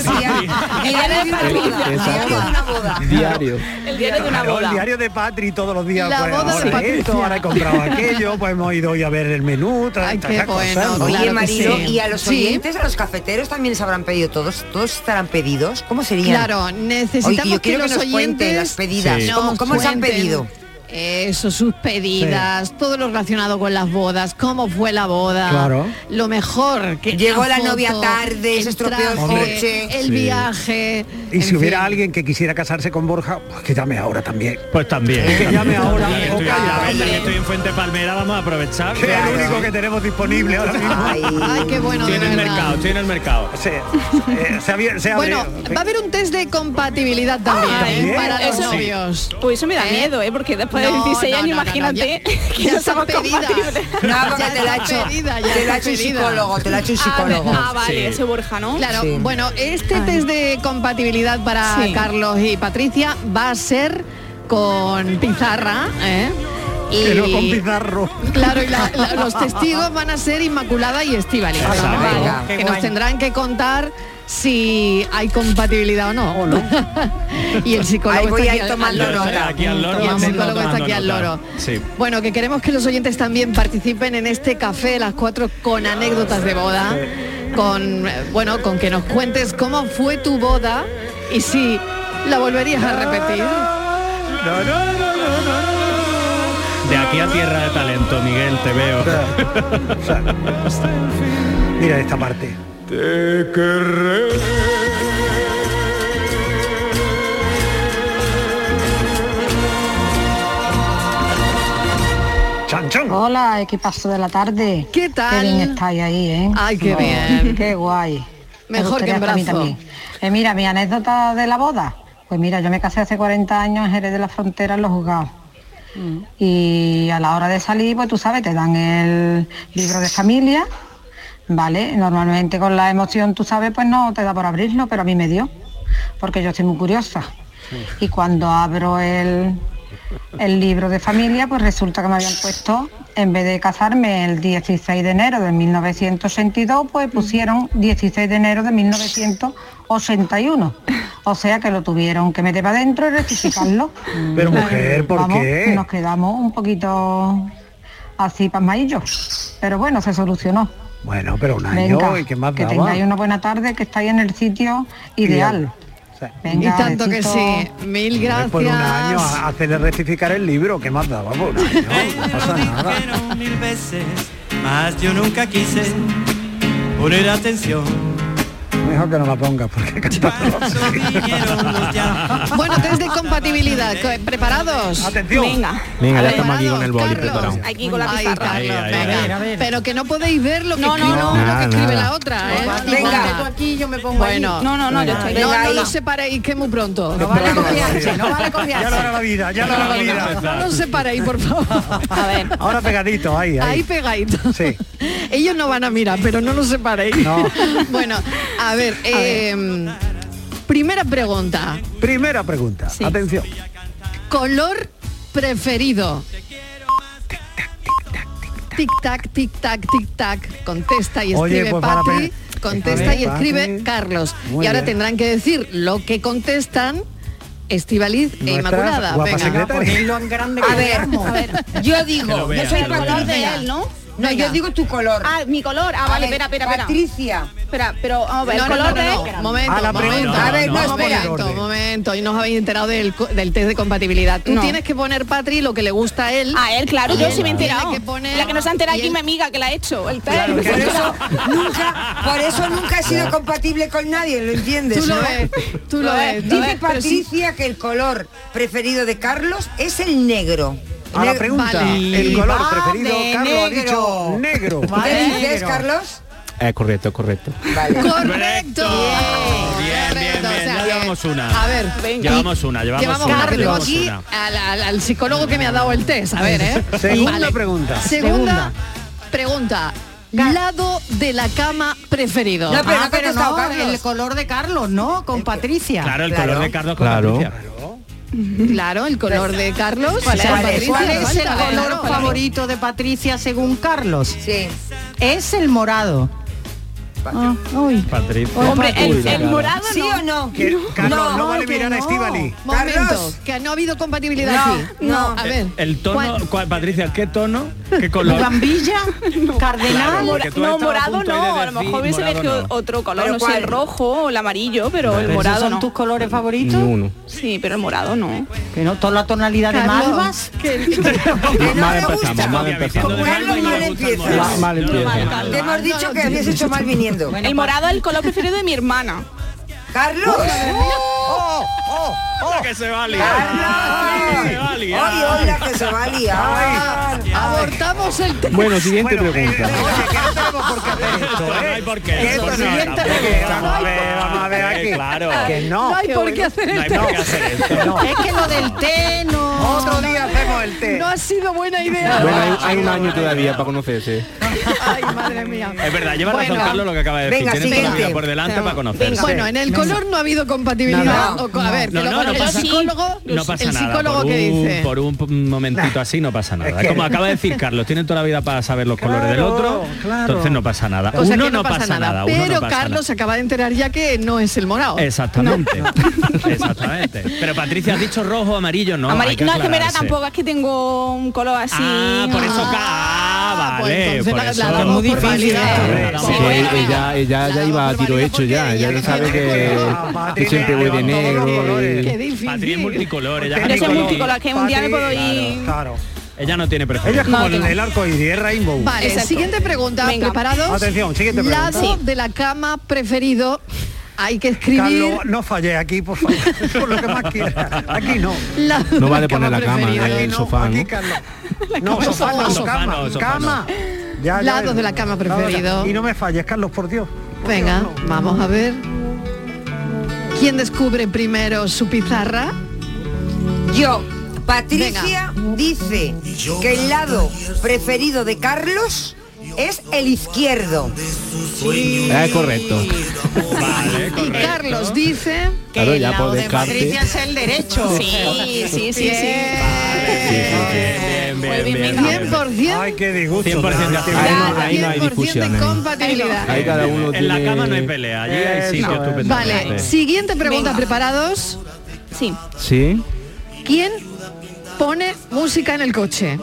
S2: Diario de Patricia.
S10: Diario.
S7: El diario de una
S3: Claro,
S7: boda.
S3: El diario de Patri todos los días.
S7: La
S3: pues,
S7: boda de
S3: ahora
S7: Patricia.
S3: esto, ahora he comprado aquello, pues hemos ido hoy a ver el menú. todas estas
S2: qué
S3: cosas,
S2: bueno,
S3: ¿no?
S2: claro
S6: Oye, Marilo,
S2: sí.
S6: y a los
S2: Sí.
S6: oyentes, a los cafeteros también les habrán pedido todos, todos estarán pedidos. ¿Cómo sería?
S2: Claro, necesitamos
S6: yo
S2: que
S6: quiero
S2: los
S6: nos cuenten
S2: oyentes
S6: las pedidas.
S2: Sí.
S6: ¿Cómo,
S2: nos
S6: cómo se han
S2: cuenten.
S6: pedido?
S2: Eso, sus pedidas, todo lo relacionado con las bodas, cómo fue la boda,
S3: Claro.
S2: lo mejor que
S6: Llegó la novia tarde,
S2: el
S6: se estropeó el
S2: traje,
S6: coche.
S2: el
S3: Sí.
S2: viaje.
S3: Y si
S2: en
S3: hubiera
S2: fin.
S3: alguien que quisiera casarse con Borja, pues que llame ahora también.
S4: Pues también.
S3: Que llame ahora.
S4: Ya que
S3: o
S4: estoy,
S3: calla.
S4: ya ves, ya que estoy en Fuente Palmera, vamos a aprovechar.
S3: Que es el único que tenemos disponible ahora mismo.
S2: Ay, qué bueno, de
S4: Tiene el
S2: verdad.
S4: mercado, tiene el mercado.
S3: Sí. Eh, se abrió, se
S2: Bueno, va a haber un test de compatibilidad también,
S7: Ah,
S2: ¿eh?
S7: ¿también?
S2: para los
S7: Eso-
S2: novios.
S7: Uy, eso me da miedo, ¿eh? Porque después de
S2: No,
S7: 16
S2: no,
S7: años,
S2: no, no, no,
S7: imagínate
S2: ya-
S7: que
S2: ya
S7: no
S2: están
S7: somos
S2: pedidas.
S7: compatibles.
S6: No, porque te la
S2: está
S6: ha hecho-
S2: pedida,
S6: te la ha
S2: está
S6: hecho un
S2: pedida.
S6: psicólogo, te la ha hecho un
S2: Ah,
S6: psicólogo.
S7: Ah, vale,
S6: Sí.
S7: ese Borja, ¿no?
S2: Claro,
S6: Sí.
S2: bueno, este test de compatibilidad para
S7: Sí.
S2: Carlos y Patricia va a ser con pizarra, ¿eh? Y-
S3: Pero con pizarro.
S2: Claro, y la- la- los testigos van a ser Inmaculada y Estivali,
S3: Exacto.
S2: que
S3: Qué
S2: nos
S3: guay.
S2: tendrán que contar si hay compatibilidad o no. y el psicólogo
S6: Ahí voy
S2: está
S6: ahí
S2: aquí al-
S6: tomando
S2: al-
S6: nota.
S4: Aquí al loro.
S2: Y el
S4: vamos
S2: psicólogo
S4: tomando
S2: está aquí al
S4: nota.
S2: loro.
S4: Sí.
S2: Bueno, que queremos que los oyentes también participen en este café de las cuatro con anécdotas de boda, con eh, bueno, con que nos cuentes cómo fue tu boda y si la volverías a repetir.
S4: De aquí a tierra de talento, Miguel, te veo.
S3: Mira esta parte.
S11: Te querré.
S15: Hola, equipazo de la tarde.
S2: ¿Qué tal?
S15: Qué bien estáis ahí, ¿eh?
S2: Ay, qué bien.
S15: Qué guay. Me
S2: Mejor que en
S15: gustaría estar a mí
S2: brazo.
S15: también. Eh, mira, mi anécdota de la boda. Pues mira, yo me casé hace 40 años en Jerez de la Frontera en los juzgados.
S2: Mm.
S15: Y a la hora de salir, pues tú sabes, te dan el libro de familia, ¿vale? Normalmente con la emoción, tú sabes, pues no te da por abrirlo, pero a mí me dio, porque yo estoy muy curiosa. Y cuando abro el, el libro de familia, pues resulta que me habían puesto, en vez de casarme el 16 de enero de 1982,
S3: Mm.
S15: pues pusieron 16 de enero de 1981. O sea que lo tuvieron que meter para adentro y rectificarlo.
S3: Pero, mujer, ¿por
S15: Vamos,
S3: qué?
S15: Nos quedamos un poquito así pasmadillos. Pero bueno, se solucionó.
S3: Bueno, pero un año
S15: Venga,
S3: y qué más
S15: que
S3: daba?
S15: tengáis una buena tarde, que estáis en el sitio ideal. Venga,
S2: y tanto que
S15: besito.
S2: sí. Mil
S3: Hombre, Por un año
S2: gracias.
S3: a- hacerle rectificar el libro, ¿qué más daba? pues? Por un año, no pasa nada.
S9: mil veces, más yo nunca quise poner atención.
S3: Mejor que no la pongas porque
S2: Bueno, test de compatibilidad. Co- ¿Preparados?
S3: Atención.
S2: Venga.
S10: Venga, ya estamos aquí con el boli preparado.
S2: Aquí con la
S7: pizarra.
S10: Ahí, ahí,
S2: Pero que no podéis ver lo que escribe,
S10: no,
S2: lo que
S10: nada,
S2: escribe
S10: nada.
S2: la otra, ¿eh?
S13: Tú aquí, yo me pongo
S2: Bueno,
S13: ahí.
S2: No,
S13: Venga,
S2: no,
S13: ahí.
S2: no separéis que muy pronto. No
S13: vale
S2: confiarse, no vale
S3: Ya lo hará la vida, ya lo hará la vida.
S2: No, no os separéis, por favor. A ver.
S3: Ahora pegadito, ahí,
S2: Ahí
S3: ahí.
S2: pegadito.
S3: Sí.
S2: Ellos no van a mirar, pero no los separéis.
S3: No.
S2: bueno, a ver, em, primera pregunta.
S3: Primera pregunta, atención.
S2: Color preferido. Tic tac, tic tac, tic tac. Contesta y
S3: Oye,
S2: escribe
S3: pues para
S2: Patri.
S3: pe-
S2: Contesta y
S3: A ver,
S2: escribe
S3: Patri.
S2: Carlos.
S3: Muy
S2: y ahora
S3: bien.
S2: tendrán que decir lo que contestan Estivaliz e
S3: Nuestra
S2: Inmaculada.
S3: guapa secretaria.
S13: Ponerlo en grande
S6: A ver,
S13: queramos.
S6: a ver, yo
S13: Que lo
S6: digo,
S13: vea,
S6: yo soy
S13: que lo
S6: Patricia.
S7: color de él, ¿no?
S6: No, yo digo tu color.
S7: Ah, mi color. Ah,
S6: A
S7: vale,
S6: ver,
S7: espera, espera, espera.
S6: Patricia.
S7: Espera, pero vamos a ver,
S2: No,
S7: el
S2: no,
S7: color
S2: no,
S7: de
S2: no,
S7: él.
S2: no. Momento,
S3: A la
S2: momento,
S3: pregunta. A ver, no, espera.
S2: momento, momento. Y no os habéis enterado del, co- del test de compatibilidad. Tú
S7: No.
S2: tienes que poner, Patri, lo que le gusta a él.
S7: A él, claro,
S2: A
S7: yo
S2: él,
S7: sí me he
S2: tiene
S7: enterado.
S2: que poner-
S7: La que nos ha enterado
S2: y
S7: aquí
S2: él-
S7: mi amiga que la ha hecho, el test.
S6: Por eso nunca, por eso nunca he sido compatible con nadie, ¿lo entiendes?
S2: Tú lo
S6: no?
S2: ves, tú lo ves, lo
S6: Dice
S2: ves, pero sí.
S6: Patricia que el color preferido de Carlos es el negro.
S3: A la
S6: Ne-
S3: pregunta,
S10: Vale.
S3: el color
S6: Va
S3: preferido,
S6: de
S3: Carlos ha dicho
S6: negro.
S3: negro.
S6: ¿Qué dices, Carlos?
S10: Es correcto, es correcto.
S2: Correcto.
S4: Bien,
S2: O
S4: bien,
S2: sea,
S4: ya
S2: que-
S4: llevamos una.
S2: A ver, venga.
S4: Llevamos una, llevamos, una.
S2: Carlos
S4: llevamos
S2: aquí
S4: una.
S2: al, al- al psicólogo que me ha dado el test. A ver, ¿eh?
S3: Segunda
S2: Vale.
S3: pregunta.
S2: Segunda pregunta. Lado de la cama preferido. Ah,
S13: No, pero, no, pero
S6: contestado,
S13: no,
S6: Carlos.
S13: el color de Carlos, ¿no?
S2: Eh,
S13: Con Patricia.
S4: Claro, el color de Carlos con
S10: Claro.
S4: Patricia.
S2: Claro, el color de Carlos.
S13: ¿Cuál
S2: o
S13: es,
S2: sea,
S13: cuál es-
S2: Patricia,
S13: cuál es el
S2: falta,
S13: color
S2: claro, claro.
S13: favorito de Patricia según Carlos?
S6: Sí.
S13: Es el morado. Ah, uy.
S2: eh,
S10: Patricia.
S7: Hombre,
S10: Uy,
S7: el,
S10: la
S7: el
S10: cara.
S7: morado
S6: ¿Sí
S7: no.
S6: o no?
S3: Que- Carlos, no,
S13: no,
S3: vale
S13: que
S3: mirar a
S13: no.
S3: Estivali.
S2: Momento,
S6: Carlos.
S2: que no ha habido compatibilidad
S6: No,
S2: aquí.
S6: no.
S2: a ver.
S4: El tono,
S2: ¿cuál?
S4: ¿cuál, Patricia, ¿qué tono? ¿Qué color?
S13: Gambilla, cardenal,
S7: Claro,
S13: mora-
S7: porque tú has
S13: no,
S7: estado a
S13: morado
S7: punto
S13: no,
S7: de
S13: a lo
S7: decir
S13: mejor hubiese
S7: morado
S13: elegido
S7: no.
S13: otro color,
S7: Pero
S13: no sé el
S7: ¿cuál?
S13: rojo o el amarillo, pero
S7: ¿Pero
S13: el
S7: esos
S13: morado
S7: son
S13: no.
S7: tus
S13: colores favoritos?
S7: Ni uno.
S13: Sí, pero el morado no. Que no, toda la tonalidad de malvas.
S10: Mal empezamos, mal empezamos.
S6: mal
S10: Mal-
S6: empiezas.
S10: mal empieza.
S6: Te hemos dicho que habías hecho mal viniendo.
S7: El morado es el color preferido de mi hermana.
S6: ¡Carlos! ¡Oh, oh, oh!
S7: que se
S6: ¡Ay, hola, que se va a liar!
S2: Abortamos el tema.
S10: Bueno, siguiente pregunta.
S3: eh,
S4: No hay por qué.
S3: Eso
S4: Eso
S3: no,
S4: no,
S3: tampoco.
S4: tampoco.
S3: Vamos a ver, vamos a ver aquí.
S4: Eh, Claro.
S3: Que no.
S2: No hay por qué hacer
S4: No hay
S2: esto.
S4: por qué hacer esto.
S13: Es que lo del té no.
S3: Otro día hacemos el té.
S2: No ha sido buena idea.
S10: Bueno, hay, hay un año todavía para conocerse.
S2: Ay, madre mía.
S4: Es verdad, Eh, lleva razón
S2: Bueno.
S4: Carlos lo que acaba de decir.
S2: Venga,
S4: Tienes toda la
S2: siguiente.
S4: vida por delante para conocerse.
S2: Venga. Bueno, en el color no ha habido compatibilidad.
S4: No, no.
S2: O co- a ver, que
S4: No,
S2: lo
S4: no,
S2: pone
S4: no
S2: el
S4: pasa-
S2: psicólogo,
S3: eh,
S4: No pasa
S2: el
S4: nada.
S2: psicólogo
S4: por
S2: que
S4: un,
S2: dice.
S4: Por un p- momentito así no pasa nada.
S3: que-
S4: Como acaba de decir Carlos, tienen toda la vida para saber los colores del
S3: Claro,
S4: otro.
S3: claro.
S4: Entonces no pasa nada.
S2: Cosa
S4: uno
S2: que no pasa, nada.
S4: uno no
S2: Pero
S4: pasa
S2: Carlos se acaba de enterar ya que no es el morado.
S4: nada. Exactamente. Exactamente. Pero Patricia, has dicho rojo, amarillo, no.
S7: Amari-
S4: hay que
S7: no, es que mira,
S4: aclararse.
S7: tampoco es que tengo un color así.
S4: Ah, por eso Ah,
S13: pues
S4: vale, por eso.
S10: muy difícil. ella ella ya iba a tiro hecho ya. Ella ya sabe que, que siempre voy de negro.
S2: Qué
S10: y-
S2: difícil.
S4: Patri es multicolor. Ella
S7: Pero soy
S4: tiene
S7: multicolor, que un día me puedo ir.
S3: Claro.
S4: Ella no tiene preferencia.
S3: Ella es como
S7: No,
S3: el,
S7: tengo-
S3: el arco iris, es rainbow.
S2: Vale,
S7: Exacto.
S2: siguiente pregunta,
S7: Venga.
S2: ¿preparados?
S3: Atención, siguiente pregunta.
S2: Lado
S3: Sí.
S2: de la cama preferido, hay que escribir...
S3: Carlos, no fallé aquí, por favor. por lo que más quieras. Aquí no.
S2: lado
S10: No
S2: de
S10: vale
S2: la
S10: poner la cama,
S2: preferida.
S10: el sofá. ¿no?
S3: No, sofá, no,
S2: Sofá,
S3: cama,
S4: no, sofá,
S3: cama. Ya, ya,
S2: Lados de la cama preferido.
S3: Y no me falles, Carlos, por Dios.
S2: Venga, vamos a ver. ¿Quién descubre primero su pizarra?
S6: Yo, Patricia dice que el lado preferido de Carlos es el izquierdo.
S10: Es correcto.
S4: Vale,
S2: Y
S4: correcto.
S2: Carlos dice...
S10: Claro, ya por descarte.
S13: es el derecho.
S7: Sí, sí, sí, sí.
S4: Bien, bien, Pues bien, bien.
S2: 100%
S3: Ay, qué disgusto.
S4: 100% de acuerdo.
S10: Ahí no, ahí no hay
S2: 100% de
S10: discusiones.
S2: compatibilidad.
S10: Ahí cada uno
S4: ¿eh? En la
S10: tiene-
S4: cama no hay pelea, allí hay sitio
S3: Eso es.
S4: estupendo.
S2: Vale, siguiente pregunta, ¿preparados?
S7: Sí.
S10: Sí.
S2: ¿Quién pone música en el coche?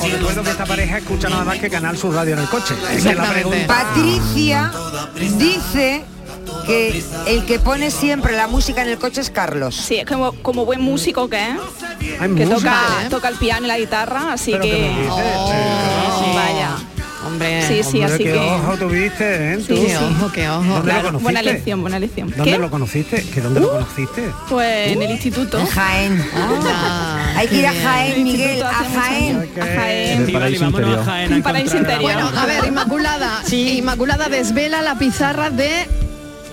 S3: Os recuerdo que esta pareja escucha nada más que Canal Sur Radio en el coche. Es que la pregunta...
S6: Patricia dice que el que pone siempre la música en el coche es Carlos.
S7: Sí, es como, como buen músico que es,
S3: Hay
S7: que
S3: música,
S7: toca,
S3: ¿eh?
S7: toca el piano y la guitarra, así
S3: Pero que
S7: que...
S3: me dices,
S7: Oh, vaya.
S2: Hombre,
S7: Sí, sí,
S3: Hombre,
S7: así
S3: qué
S7: que...
S3: ojo tuviste, ¿eh? tú?
S7: Sí,
S2: qué ojo, qué ojo.
S3: ¿Dónde lo
S7: Claro, buena
S3: conociste?
S7: lección, buena lección.
S3: ¿Dónde
S7: ¿Qué?
S3: lo ¿Eh? conociste? ¿Que dónde
S2: Uh.
S3: lo conociste?
S7: Pues en el instituto.
S6: En Jaén.
S2: Ah,
S6: Hay que ir a
S2: qué
S7: En el
S6: Jaén, Miguel,
S7: instituto
S6: a
S7: hace muchos años.
S6: Jaén.
S7: A Jaén.
S10: De paraíso
S4: vámonos
S10: interior.
S4: a Jaén a
S7: Paraíso
S4: encontrar a-
S7: interior.
S2: Bueno, a ver, Inmaculada. Inmaculada desvela la pizarra de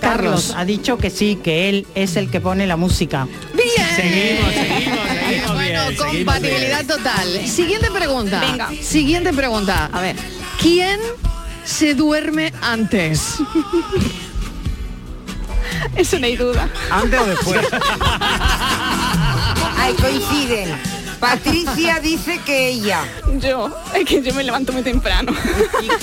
S2: Carlos.
S13: Carlos ha dicho que sí, que él es el que pone la música.
S2: Bien.
S4: Seguimos, seguimos, seguimos
S2: Bueno,
S4: bien, seguimos
S2: compatibilidad total. Siguiente pregunta.
S7: Venga.
S2: Siguiente pregunta. A ver. ¿Quién se duerme antes?
S7: Eso no hay duda.
S3: ¿Antes o
S4: Pues,
S3: después?
S6: Ay, coinciden. Patricia dice que ella.
S7: Yo, es que yo me levanto muy temprano. Es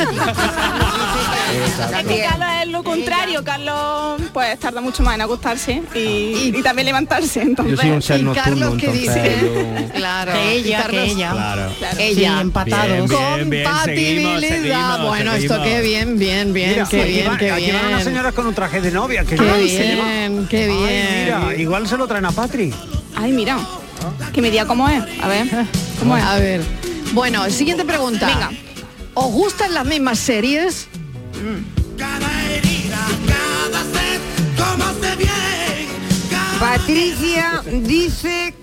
S7: que Carlos es lo contrario, Carlos pues tarda mucho más en acostarse y,
S6: Ah.
S7: y también levantarse,
S10: Yo
S7: entonces.
S10: soy un ser
S2: ¿Y
S10: nocturno,
S2: Carlos qué
S10: entonces
S2: dice?
S10: yo-
S2: Claro.
S13: Que
S2: y
S13: ella, que
S2: Carlos-
S13: ella.
S4: Claro.
S2: Ella.
S13: Sí, empatados.
S4: Bien, bien, bien,
S2: Compatibilidad.
S4: seguimos, seguimos,
S2: bueno, esto
S4: seguimos.
S2: qué bien, bien, bien,
S3: Mira,
S2: qué
S3: aquí
S2: bien,
S3: van-
S2: qué
S3: aquí
S2: bien.
S3: van unas señoras con un traje de novia. Que
S2: Qué
S3: yo- se lleva-
S2: bien, qué bien.
S3: Ay, mira, igual se lo traen a Patri.
S7: Ay, mira, que me diga cómo es. A ver, cómo es.
S2: A ver. Bueno, siguiente pregunta.
S7: Venga.
S2: ¿Os gustan las mismas series?
S6: Patricia dice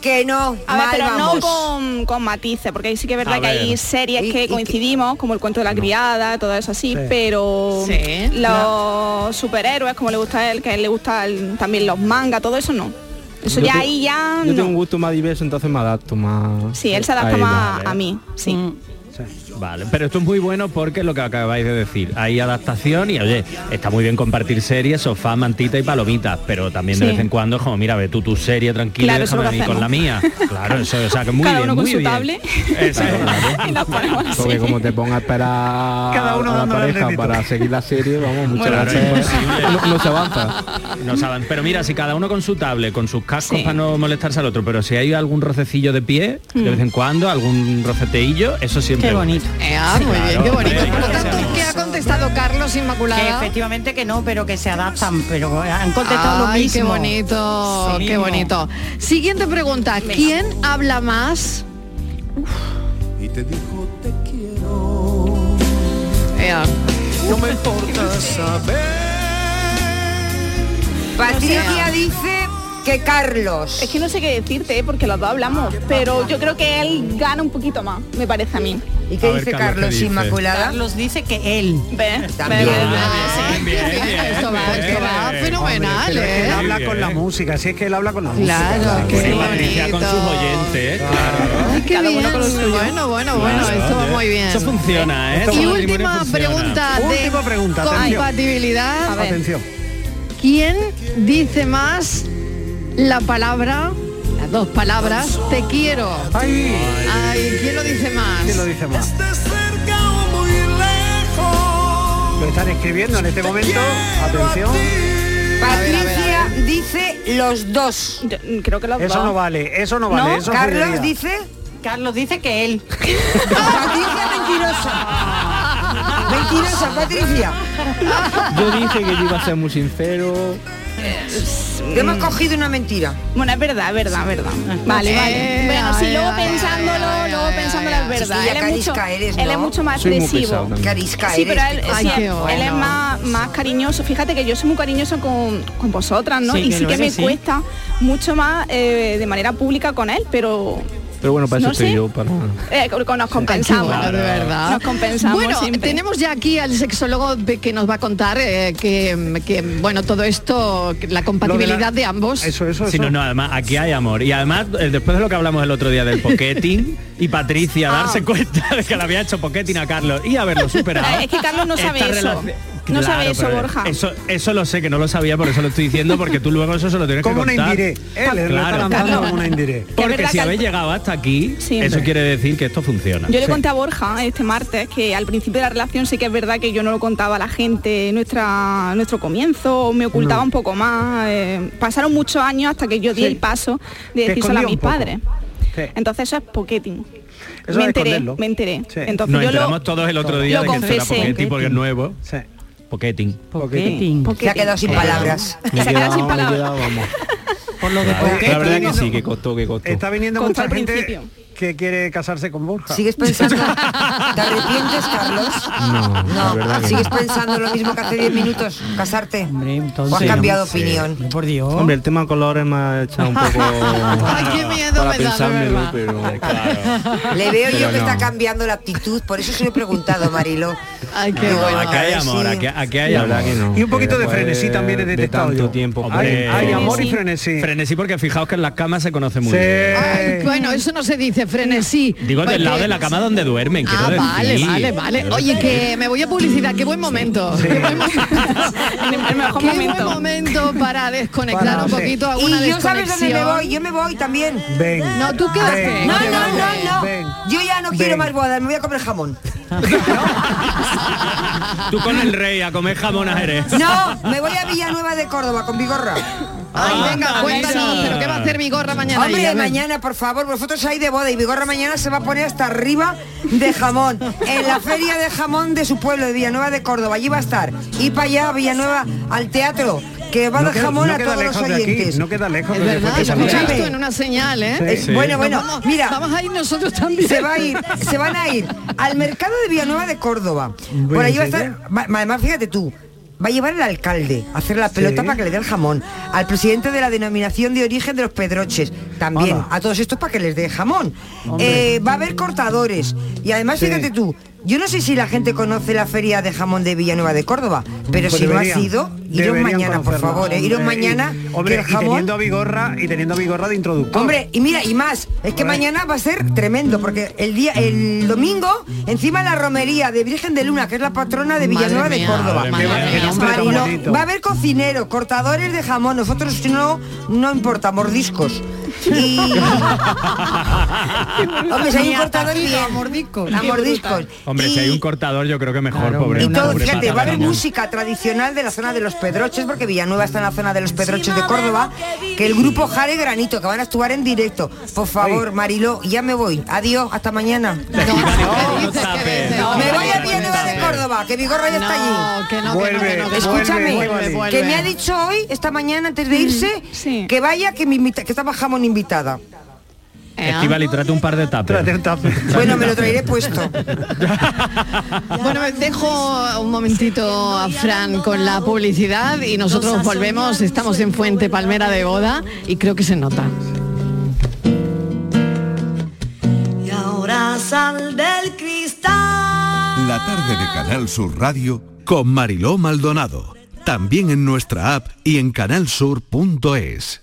S6: que no.
S7: A ver,
S6: mal
S7: pero
S6: vamos.
S7: no con, con matices, porque ahí sí que es
S4: A
S7: verdad que
S4: ver.
S7: hay series
S6: Y- y-
S7: que coincidimos, como el cuento de la criada, todo eso así, pero
S2: Sí.
S7: los superhéroes, como le gusta a él, que a él le gusta el- también los mangas, todo eso no. Eso
S10: Yo
S7: ya
S10: te-
S7: ahí ya
S10: Yo tengo
S7: no.
S10: un gusto más diverso, entonces me adapto más.
S7: Sí, él se adapta
S10: ella.
S7: más a mí, sí.
S4: Vale, pero esto es muy bueno porque es lo que acabáis de decir. Hay adaptación y oye, está muy bien compartir series, sofá, mantita y palomitas, pero también de
S5: Sí.
S4: vez en cuando es como, mira, ve tú tu serie tranquila y
S5: Claro, eso
S4: déjame
S5: lo
S4: a mí con
S5: hacemos.
S4: la mía. Claro, eso, o sea, que muy
S5: Cada
S4: bien,
S5: uno con
S4: muy
S5: su
S4: bien.
S5: tablet.
S4: Eso, claro.
S10: Porque como te ponga a esperar
S4: Cada uno
S10: a la
S4: dándole el
S10: pareja
S4: dedito.
S10: para seguir la serie, vamos, muchas
S4: Bueno, no es
S10: gracias.
S4: imposible.
S10: No, no se avanza.
S4: No saben, pero mira, si cada uno con su tablet, con sus cascos para no molestarse al otro, pero si hay algún rocecillo de pie, de
S2: Mm.
S4: vez en cuando, algún roceteillo, eso siempre. es bueno.
S2: Eh, ah, muy bien,
S4: Claro,
S2: qué bonito.
S4: hombre,
S2: Por lo tanto, ¿qué ha contestado Carlos
S13: Que
S2: Inmaculada?
S13: efectivamente que no, pero que se adaptan, pero han contestado
S2: Ay,
S13: lo mismo.
S2: qué bonito,
S13: Lo
S2: qué
S13: mismo.
S2: bonito. Siguiente pregunta, ¿quién habla más?
S11: Y te dijo te quiero.
S2: Ea.
S11: No me importa saber.
S7: Patricia dice que Carlos. Es que no sé qué decirte, ¿eh? porque los dos hablamos, pero yo creo que él gana un poquito más, me parece a mí.
S6: ¿Y qué A ver, dice Carlos, ¿qué Carlos dice? Inmaculada?
S13: Carlos dice que él.
S7: También.
S2: Ah, Esto va, esto
S4: Eh,
S2: va Ah, fenomenal,
S3: Pero es que
S2: ¿eh?
S3: él habla con la música, si es que él habla con la música.
S2: Claro,
S3: Claro,
S2: qué Sí,
S4: Patricia con sus oyentes, ¿eh?
S2: Ay, qué bien. Bueno, bueno, bueno, esto va muy bien.
S4: Eso funciona, ¿eh? Esto
S2: Y
S4: como
S2: última
S4: matrimonio funciona.
S2: pregunta de
S3: Última pregunta, atención.
S2: compatibilidad.
S3: Atención.
S2: ¿Quién dice más la palabra, las dos palabras, te quiero?
S3: Ay,
S2: ¿quién lo dice más?
S3: ¿Quién lo dice más? Lo están escribiendo en este momento. Atención.
S6: Patricia dice los dos.
S7: creo que los
S3: Eso no vale, eso no vale. eso es
S6: Carlos
S3: joyería.
S6: dice.
S13: Carlos dice que él.
S6: Patricia mentirosa. Mentirosa, Patricia.
S10: Yo dije que yo iba a ser muy sincero.
S6: Te hemos cogido una mentira.
S7: Bueno, es verdad, es verdad, es verdad. Vale,
S6: Eh,
S7: vale. Bueno,
S6: ay,
S7: sí, luego
S6: ay,
S7: pensándolo,
S6: ay,
S7: luego pensándolo es verdad.
S6: Chiquilla,
S7: él es mucho,
S6: carisca eres,
S7: él es
S6: ¿no?
S7: mucho más
S6: Soy muy pesado
S7: expresivo.
S6: también. Carisca
S7: sí, pero
S6: eres,
S7: él,
S6: chiquilla.
S7: sí,
S6: Ay, qué
S7: él es
S6: bueno.
S7: más, más cariñoso. Fíjate que yo soy muy cariñosa con, con vosotras, ¿no?
S10: Sí,
S7: y
S10: que
S7: sí
S10: lo
S7: que me
S10: eres, sí.
S7: cuesta mucho más eh, de manera pública con él, pero
S10: Pero bueno, para eso
S7: No
S10: estoy
S7: sé.
S10: yo, para.
S7: eh, nos compensamos.
S10: bueno, de verdad.
S7: Nos compensamos
S2: Bueno,
S7: siempre.
S2: tenemos ya aquí al sexólogo de- que nos va a contar eh, que, que, bueno, todo esto, que la compatibilidad de, ambos.
S4: Sí, no, no, además aquí hay amor. Y además, eh, después de lo que hablamos el otro día del pocketing y Patricia
S7: Ah.
S4: darse cuenta de que le había hecho pocketing a Carlos y haberlo superado.
S7: Es que Carlos no sabe
S4: esta
S7: eso.
S4: relación-
S7: No sabe
S4: Claro,
S7: eso,
S4: pero
S7: Borja.
S4: Eso, eso lo sé, que no lo sabía, por eso lo estoy diciendo, porque tú luego eso se lo tienes
S3: Como una
S4: que contar.
S3: indiré. Él le está
S4: Claro.
S3: lanzando como una indiré.
S4: Porque
S7: verdad
S4: si
S7: que al-
S4: habéis llegado hasta aquí,
S7: Sí.
S4: eso
S7: Sí.
S4: quiere decir que esto funciona.
S7: Yo le conté a Borja este martes que al principio de la relación sí que es verdad que yo no lo contaba a la gente nuestra, nuestro comienzo, me ocultaba
S5: No.
S7: un poco más. eh, pasaron muchos años hasta que yo di
S5: Sí.
S7: el paso de
S5: Te
S7: decírselo a
S5: escondía
S7: mis
S5: un poco.
S7: padres. Entonces eso es pocketing.
S4: Eso
S7: me
S4: es
S7: enteré,
S4: esconderlo.
S7: me enteré. Entonces
S4: Nos
S7: yo lo-
S4: enteramos todos el otro día
S7: lo
S4: de que esto era
S7: confesé.
S4: pocketing porque es nuevo. Pocketing.
S6: Se ha quedado sin palabras.
S10: Me he
S6: Se ha
S10: quedado,
S6: quedado sin
S10: me he
S6: palabras.
S10: quedado, vamos.
S3: Claro,
S10: Claro, la verdad que sí, que costó, que costó.
S3: Está viniendo
S10: Costó
S3: mucha
S10: al
S3: gente
S10: principio.
S3: que quiere casarse con Borja.
S6: ¿Sigues pensando? ¿Te arrepientes, Carlos?
S10: No,
S6: No,
S3: la verdad que
S6: Ah, ¿Sigues
S3: no.
S6: pensando lo mismo que hace 10 minutos? ¿Casarte? ¿O has cambiado de opinión?
S10: Por Dios. Hombre, el tema colores me ha echado un poco.
S6: Ay, qué miedo
S10: para
S6: me da, de
S10: pensármelo, pero.
S6: Le veo yo
S10: Pero
S6: que
S10: no.
S6: está cambiando la actitud, por eso se lo he preguntado, Marilo.
S2: Ay,
S4: qué No, bueno. acá hay amor, aquí- aquí hay
S10: La
S4: amor.
S10: verdad que no.
S4: Y un poquito de frenesí también he
S10: es
S4: detectado
S10: de tanto
S4: yo.
S10: tiempo.
S4: Hombre.
S3: Hay amor y
S4: Sí.
S3: frenesí.
S4: Frenesí porque fijaos que en las camas se conoce muy
S3: Sí.
S4: bien.
S2: Ay, bueno, eso no se dice, frenesí.
S4: Digo del
S2: Porque-
S4: lado de la cama donde duermen, quiero
S2: Pues Ah,
S4: decir.
S2: vale, vale, vale. Oye, que me voy a publicidad, qué buen momento. Qué buen momento. Qué buen momento para desconectar
S6: Para,
S2: un
S6: sí.
S2: poquito alguna
S6: ¿Y yo sabes dónde me
S2: desconexión.
S6: voy? Yo me voy también.
S3: Ven.
S6: No, tú
S2: quédate.
S6: No,
S2: Ven,
S6: no,
S2: ven,
S6: no,
S2: ven.
S6: no. Yo ya no quiero
S2: Ven.
S6: más bodas, me voy a comer jamón.
S4: Tú con el rey a comer jamón a Jerez.
S6: No, me voy a Villanueva de Córdoba con Vigorra. Ah,
S2: Ay, venga, cuéntanos, pero ¿qué va a hacer Vigorra mañana ahí?
S6: Hombre,
S2: A ver.
S6: mañana, por favor, vosotros ahí de boda y Vigorra mañana se va a poner hasta arriba de jamón. En la feria de jamón de su pueblo, de Villanueva de Córdoba. Allí va a estar. Y para allá, a Villanueva, al teatro, que va
S3: No
S6: de
S3: queda-
S6: jamón
S3: no
S6: a
S3: queda
S6: todos los
S3: lejos de aquí,
S6: oyentes.
S3: no queda lejos.
S2: Es
S3: de
S2: verdad,
S3: después de
S2: yo escuché
S3: Navidad.
S2: esto en una señal, ¿eh?
S3: Sí. Sí. Bueno,
S2: Nos
S6: bueno,
S2: vamos-
S6: mira.
S2: Vamos a ir nosotros también.
S6: Se va a ir, se van a ir al mercado de Villanueva de Córdoba. Por
S15: Bueno,
S6: ahí va a
S15: ¿en serio?
S6: estar, ma- ma- además fíjate tú, va a llevar el alcalde a hacer la pelota para que le dé el jamón, al presidente de la denominación de origen de los Pedroches, también,
S15: Hola.
S6: a todos estos para que les dé jamón.
S15: Hombre.
S6: Eh, va a haber cortadores y además
S15: Sí.
S6: fíjate tú, Yo no sé si la gente conoce la feria de jamón de Villanueva de Córdoba, pero si no ha
S3: deberían,
S6: sido, iros
S3: deberían
S6: mañana, por
S3: conocerlo.
S6: favor, eh, iros
S3: Hombre,
S6: mañana.
S3: y-
S6: que
S3: hombre,
S6: el
S3: y
S6: jamón
S3: teniendo a Vigorra y teniendo a Vigorra de introductor.
S6: Hombre, y mira, y más, es que mañana va a ser tremendo, porque el día, el domingo, encima la romería de Virgen de Luna, que es la patrona de Villanueva de
S3: mía,
S6: Córdoba.
S3: madre Qué mía, va- qué qué nombre tan
S6: Mariló,
S3: bonito.
S6: va a haber cocineros, cortadores de jamón, nosotros no, no importa, mordiscos. Y, hombre, si hay un cortador bien. A mordiscos. A mordiscos.
S4: Hombre, si hay un cortador yo creo que mejor, pobre.
S6: Y todo,
S4: pobre
S6: fíjate,
S4: pata
S6: va a
S4: de
S6: haber
S4: jamón.
S6: música tradicional de la zona de los Pedroches, porque Villanueva está en la zona de los Pedroches de Córdoba, que el grupo Jare Granito, que van a actuar en directo. Por favor, Mariló, ya me voy. Adiós, hasta mañana. me voy a Villanueva de Córdoba, que Vigorra ya está allí.
S2: que no,
S3: Vuelve, no, que no.
S6: Escúchame,
S3: vuelve, vuelve, vuelve.
S6: que me ha dicho hoy, esta mañana, antes de irse, que vaya, que, me invita, que estaba jamón invitada.
S4: Estivali, trate un par de tapas.
S6: Bueno, me lo traeré puesto.
S2: Bueno, dejo un momentito a Fran con la publicidad y nosotros volvemos. Estamos en Fuente Palmera de Boda y creo que se nota.
S12: Y ahora sal del cristal.
S16: La tarde de Canal Sur Radio
S17: Con Mariló Maldonado. También en nuestra app y en canalsur.es.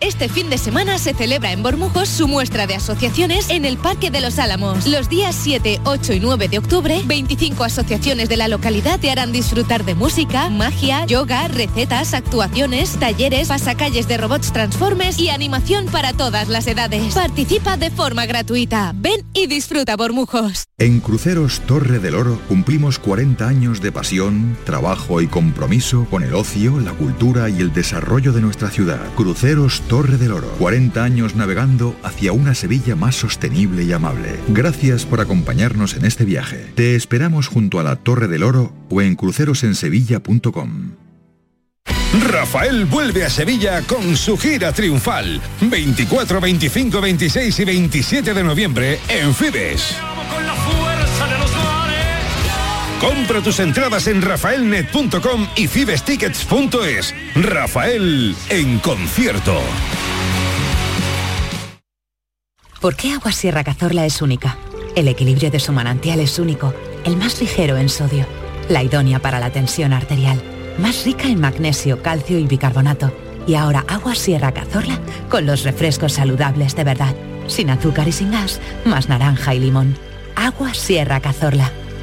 S18: Este fin de semana se celebra en Bormujos su muestra de asociaciones en el Parque de los Álamos. Los días 7, 8 y 9 de octubre, 25 asociaciones de la localidad te harán disfrutar de música, magia, yoga, recetas, actuaciones, talleres, pasacalles de robots transformes y animación para todas las edades. Participa de forma gratuita. Ven y disfruta Bormujos.
S19: En Cruceros Torre del Oro cumplimos 40 años de pasión, trabajo y compromiso con el ocio, la cultura y el desarrollo de nuestra ciudad. Cruceros Torre del Oro, 40 años navegando hacia una Sevilla más sostenible y amable. Gracias por acompañarnos en este viaje. Te esperamos junto a la Torre del Oro o en crucerosensevilla.com.
S17: Rafael vuelve a Sevilla con su gira triunfal. 24, 25, 26 y 27 de noviembre en Fibes. Compra tus entradas en rafaelnet.com y fibestickets.es. Rafael en concierto.
S20: ¿Por qué Agua Sierra Cazorla es única? El equilibrio de su manantial es único, el más ligero en sodio, la idónea para la tensión arterial, más rica en magnesio, calcio y bicarbonato. Y ahora Agua Sierra Cazorla con los refrescos saludables de verdad, sin azúcar y sin gas, más naranja y limón. Agua Sierra Cazorla,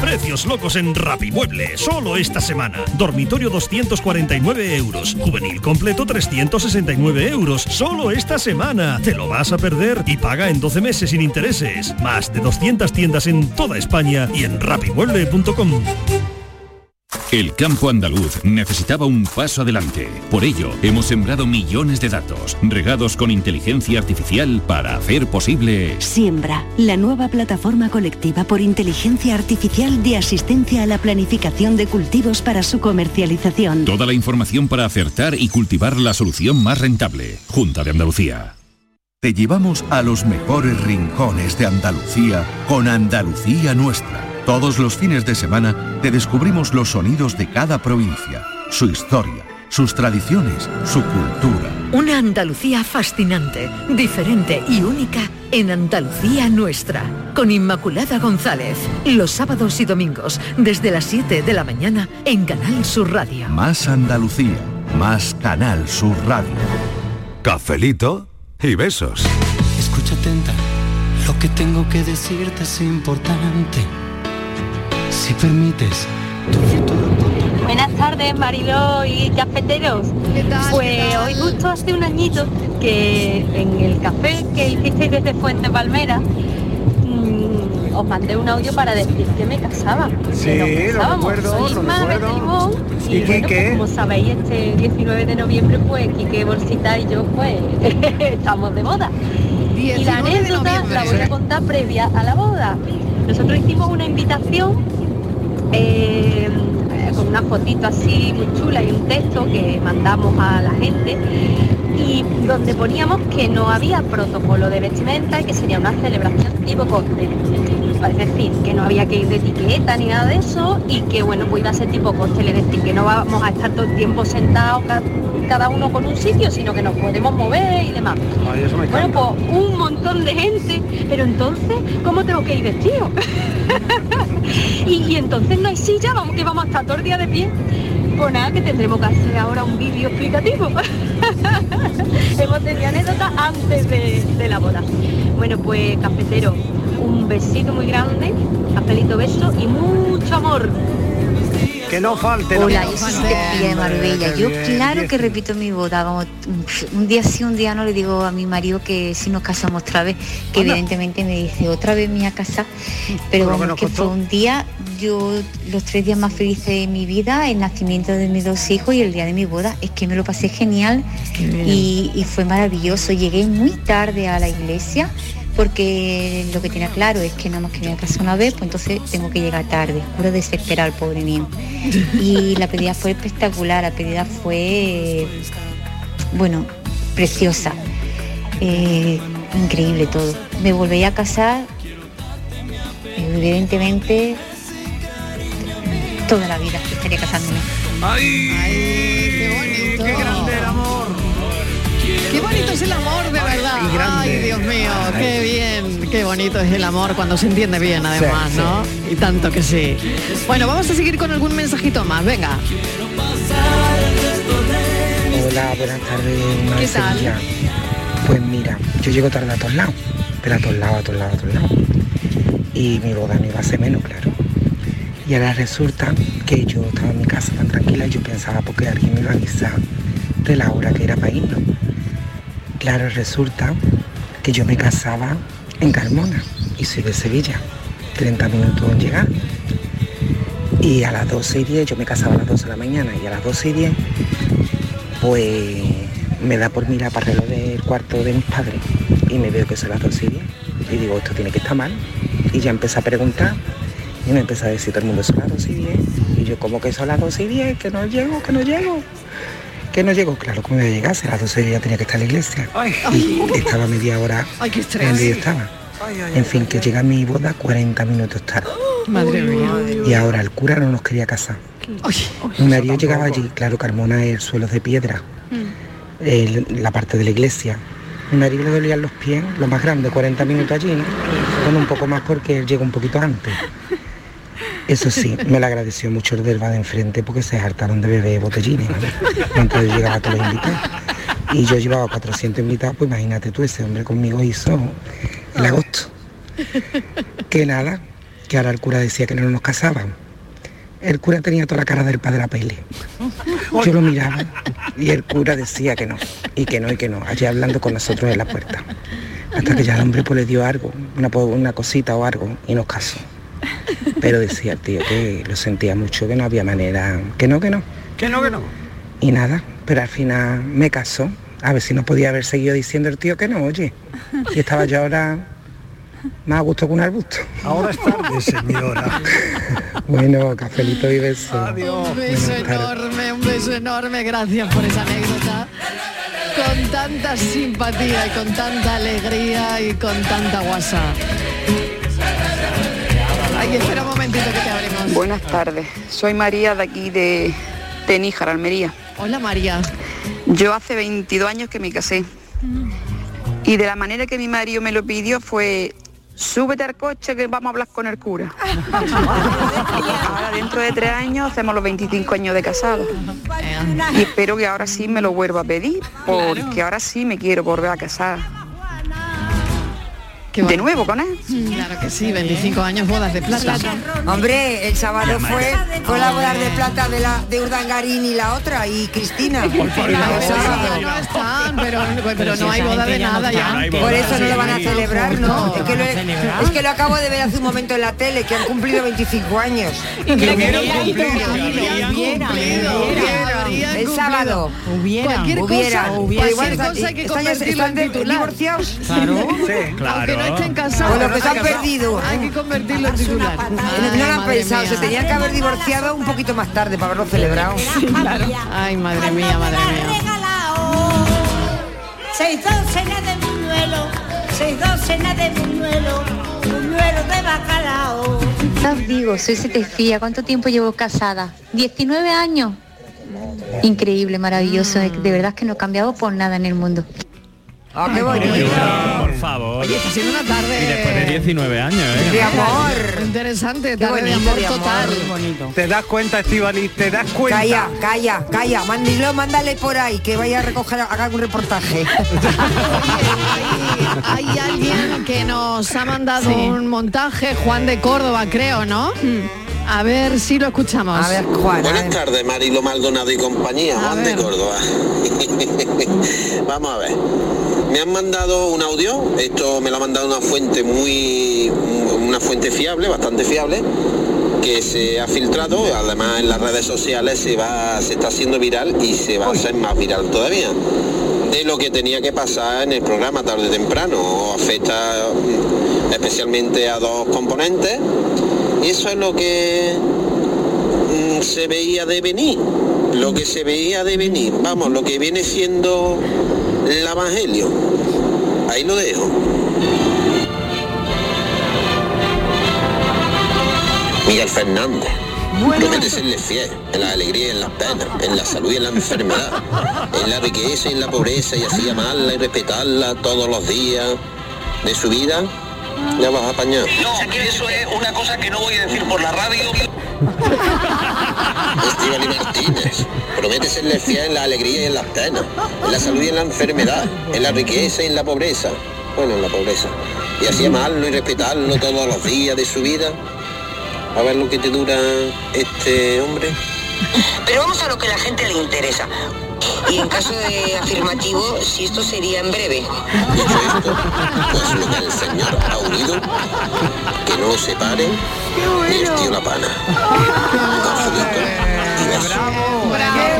S21: Precios locos en Rapimueble, solo esta semana. Dormitorio 249 euros, juvenil completo 369 euros, solo esta semana. Te lo vas a perder y paga en 12 meses sin intereses. Más de 200 tiendas en toda España y en rapimueble.com.
S22: El campo andaluz necesitaba un paso adelante. Por ello, hemos sembrado millones de datos, regados con inteligencia artificial para hacer posible...
S23: Siembra, la nueva plataforma colectiva por inteligencia artificial de asistencia a la planificación de cultivos para su comercialización.
S22: Toda la información para acertar y cultivar la solución más rentable. Junta de Andalucía.
S16: te llevamos a los mejores rincones de Andalucía con Andalucía Nuestra. Todos los fines de semana te descubrimos los sonidos de cada provincia, su historia, sus tradiciones, su cultura.
S24: Una Andalucía fascinante, diferente y única en Andalucía nuestra. Con Inmaculada González, los sábados y domingos desde las 7 de la mañana en Canal Sur Radio.
S16: Más Andalucía, más Canal Sur Radio.
S17: Cafelito y besos.
S25: Escucha atenta, lo que tengo que decirte es importante. Si permites,
S8: Buenas tardes, Mariló y cafeteros. Pues hoy justo hace un añito que en el café que hicisteis desde Fuente Palmera mm, os mandé un audio para decir que me casaba. que
S3: Sí,
S8: nos
S3: lo
S8: casábamos.
S3: recuerdo,
S8: Soy
S3: lo
S8: Isma
S3: recuerdo. ¿Y
S8: Betelimón, y bueno,
S3: Quique?
S8: pues, como sabéis, este 19 de noviembre, pues Quique Bolsita y yo, pues estamos de boda. Y la
S26: 19 de
S8: anécdota la voy a contar previa a la boda. Nosotros hicimos una invitación eh, con una fotito así muy chula y un texto que mandamos a la gente y donde poníamos que no había protocolo de vestimenta y que sería una celebración tipo cóctel. Es decir, que no había que ir de etiqueta ni nada de eso y que bueno, pues iba a ser tipo cóctel, es decir, que no vamos a estar todo el tiempo sentados ca- cada uno con un sitio, sino que nos podemos mover y demás.
S3: Ay, eso me
S8: Bueno,
S3: encanta.
S8: pues un montón de gente, pero entonces, ¿cómo tengo que ir vestido? y, y entonces no hay silla, vamos que vamos a estar todo el día de pie. Pues nada, que tendremos que hacer ahora un vídeo explicativo. Hemos tenido anécdotas antes de, de la boda. Bueno, pues cafetero, un besito muy grande, cafelito beso y mucho amor.
S3: Que no falte. la
S11: Hola,
S3: boda.
S11: yo soy Sofía de Marbella.
S3: Qué
S11: Yo
S3: bien,
S11: claro que
S3: bien.
S11: repito mi boda. Vamos, un día sí, un día no le digo a mi marido que si nos casamos otra vez, que
S1: Anda.
S11: evidentemente me dice otra vez me voy a casar.
S1: Por
S11: Pero
S1: lo que
S11: vamos,
S1: nos
S11: que
S1: costó.
S11: fue un día, yo los tres días más felices de mi vida, el nacimiento de mis dos hijos y el día de mi boda. Es que me lo pasé genial y, y fue maravilloso. Llegué muy tarde a la iglesia. Porque lo que tenía claro es que nada más que me voy a casar una vez, pues entonces tengo que llegar tarde. Puro desesperar, pobre mío. Y la pedida fue espectacular, la pedida fue, bueno, preciosa, Eh, increíble todo. Me volví a casar, evidentemente, toda la vida estaría casándome.
S3: ¡Ay!
S2: ¡Qué bonito! ¡Qué grande el
S3: amor!
S2: ¡Qué bonito es el amor, de verdad! ¡Ay, Dios mío! ¡Qué bien! ¡Qué bonito es el amor cuando se entiende bien, además,
S13: Sí,
S2: ¿no? Y tanto que sí. Bueno, vamos a seguir con algún mensajito más, venga.
S13: Hola, buenas tardes. Mar
S2: ¿Qué tal?
S13: Sevilla. Pues mira, yo llego tarde a todos lados, pero a todos lados, a todos lados, a todos lados. Y mi boda no iba a ser menos, claro. Y ahora resulta que yo estaba en mi casa tan tranquila, yo pensaba porque alguien me iba a avisar de la hora que era para irnos. Claro, resulta que yo me casaba en Carmona y soy de Sevilla, 30 minutos en llegar. Y a las 12 y 10, yo me casaba a las 12 de la mañana y a las 12 y 10 pues me da por mirar para el reloj del cuarto de mis padres y me veo que son las dos y diez. Y digo, esto tiene que estar mal. Y ya empecé a preguntar y me empezó a decir todo el mundo son las dos y diez. Y yo, como que son las dos y diez? Que no llego, que no llego. Que no llego, claro, como iba a llegar, Si a las 12 y diez tenía que estar en la iglesia. Y estaba media hora
S2: Ay, qué estrés.
S13: donde yo estaba. En fin, que llega a mi boda 40 minutos tarde.
S2: Madre mía.
S13: Y ahora el cura no nos quería casar. Mi marido llegaba allí, claro, Carmona es suelo de piedra
S2: Mm.
S13: el- la parte de la iglesia. Mi marido le dolían los pies, lo más grande, 40 minutos allí, ¿no? Bueno, un poco más porque él llega un poquito antes. Eso sí, me lo agradeció mucho el del bar de enfrente porque se hartaron de beber botellines, ¿vale? Mientras yo llegaba a todos los invitados. Y yo llevaba 400 invitados, pues imagínate tú, ese hombre conmigo hizo el agosto. Que nada, que ahora el cura decía que no nos casaban. El cura tenía toda la cara del padre de la peli. Yo lo miraba y el cura decía que no, y que no, y que no, allí hablando con nosotros en la puerta. Hasta que ya el hombre pues le dio algo, una, po- una cosita o algo, y nos casó. Pero decía el tío que lo sentía mucho, que no había manera, que no, que no.
S3: Que no, que no.
S13: Y nada, pero al final me casó. A ver si no podía haber seguido diciendo el tío que no, oye. Y estaba yo ahora más a gusto que un arbusto.
S3: Ahora es tarde, señora.
S13: Bueno, cafelito y beso.
S2: Un beso
S13: Buenas tardes.
S2: enorme, un beso enorme. Gracias por esa anécdota. Con tanta simpatía y con tanta alegría y con tanta guasa. Ay, espera un momentito que te abrimos.
S9: Buenas tardes, soy María de aquí de Teníjar, Almería.
S2: Hola María.
S9: Yo hace 22 años que me casé y de la manera que mi marido me lo pidió fue súbete al coche que vamos a hablar con el cura. ahora dentro de tres años hacemos los 25 años de casado y espero que ahora sí me lo vuelva a pedir porque ahora sí me quiero volver a casar. de nuevo con él.
S2: Mm, Claro que sí, 25 años bodas de plata.
S6: Hombre, el sábado fue con la boda de plata de, la, de Urdangarín y la otra, y Cristina.
S2: No están, pero, pero no hay boda de nada ya.
S6: Por eso no lo van a celebrar, ¿no? Es que lo, es que lo acabo de ver hace un momento en la tele, que han cumplido 25 años.
S2: Y que hubieran cumplido, habrían cumplido, habrían
S6: El
S2: cumplido.
S6: sábado.
S2: Cualquier cosa,
S6: Hubieran.
S2: cualquier
S6: Pues igual
S2: cosa
S6: están-
S2: hay que
S6: están-
S2: convertirla en
S6: están de-
S2: titular.
S6: divorciados.
S4: Claro,
S2: Aunque no
S4: claro.
S2: no estén casados.
S6: Con lo que se pues han perdido. ¿eh?
S2: Hay que convertirlo en titular.
S6: No, no lo han pensado, se tenían que haber divorciado un poquito más tarde para haberlo celebrado.
S2: Sí, claro. Ay, madre mía, madre mía.
S1: Seis docenas de buñuelo, seis docenas de buñuelo, buñuelo de bacalao.
S11: Ya os digo, soy Setefía. ¿Cuánto tiempo llevo casada? 19 años. Increíble, maravilloso. De verdad que no he cambiado por nada en el mundo.
S6: Ah, qué bonito.
S4: Por favor.
S2: Oye, está siendo una tarde.
S4: Y después de 19 años, ¿eh?
S2: Interesante, tarde de amor total.
S3: Te das cuenta, Estivali, te das cuenta.
S6: Calla, calla, calla. Mándilo, mándale por ahí, que vaya a recoger, haga algún reportaje.
S2: Hay alguien que nos ha mandado un montaje, Juan de Córdoba, creo, ¿no? A ver si lo escuchamos. Mm. A ver, Juan.
S10: Buenas tardes, Marilo Maldonado y compañía, Juan de Córdoba. Vamos a ver. Me han mandado un audio, esto me lo ha mandado una fuente muy, una fuente fiable, bastante fiable, que se ha filtrado, además en las redes sociales se va, se está haciendo viral y se va a hacer más viral todavía. De lo que tenía que pasar en el programa tarde o temprano, afecta mm, especialmente a dos componentes y eso es lo que mm, se veía de venir, lo que se veía de venir, vamos, lo que viene siendo el Evangelio. Ahí lo dejo. Miguel Fernández.
S6: Bueno.
S10: Promete serle fiel en la alegría y en las penas, en la salud y en la enfermedad, en la riqueza y en la pobreza, y así amarla y respetarla todos los días de su vida. Ya vas a apañar.
S7: No, que eso es una cosa que no voy a decir por la radio.
S10: Estivali Martínez. Promete serle fiel en la alegría y en las penas, en la salud y en la enfermedad, en la riqueza y en la pobreza. Bueno, en la pobreza. Y así amarlo y respetarlo todos los días de su vida. A ver lo que te dura este hombre.
S7: Pero vamos a lo que la gente le interesa. Y en caso de afirmativo, si esto sería en breve.
S10: Dicho esto, pues lo que el Señor ha unido, que no se pare ni el tío La Pana. Un cafelito y besos.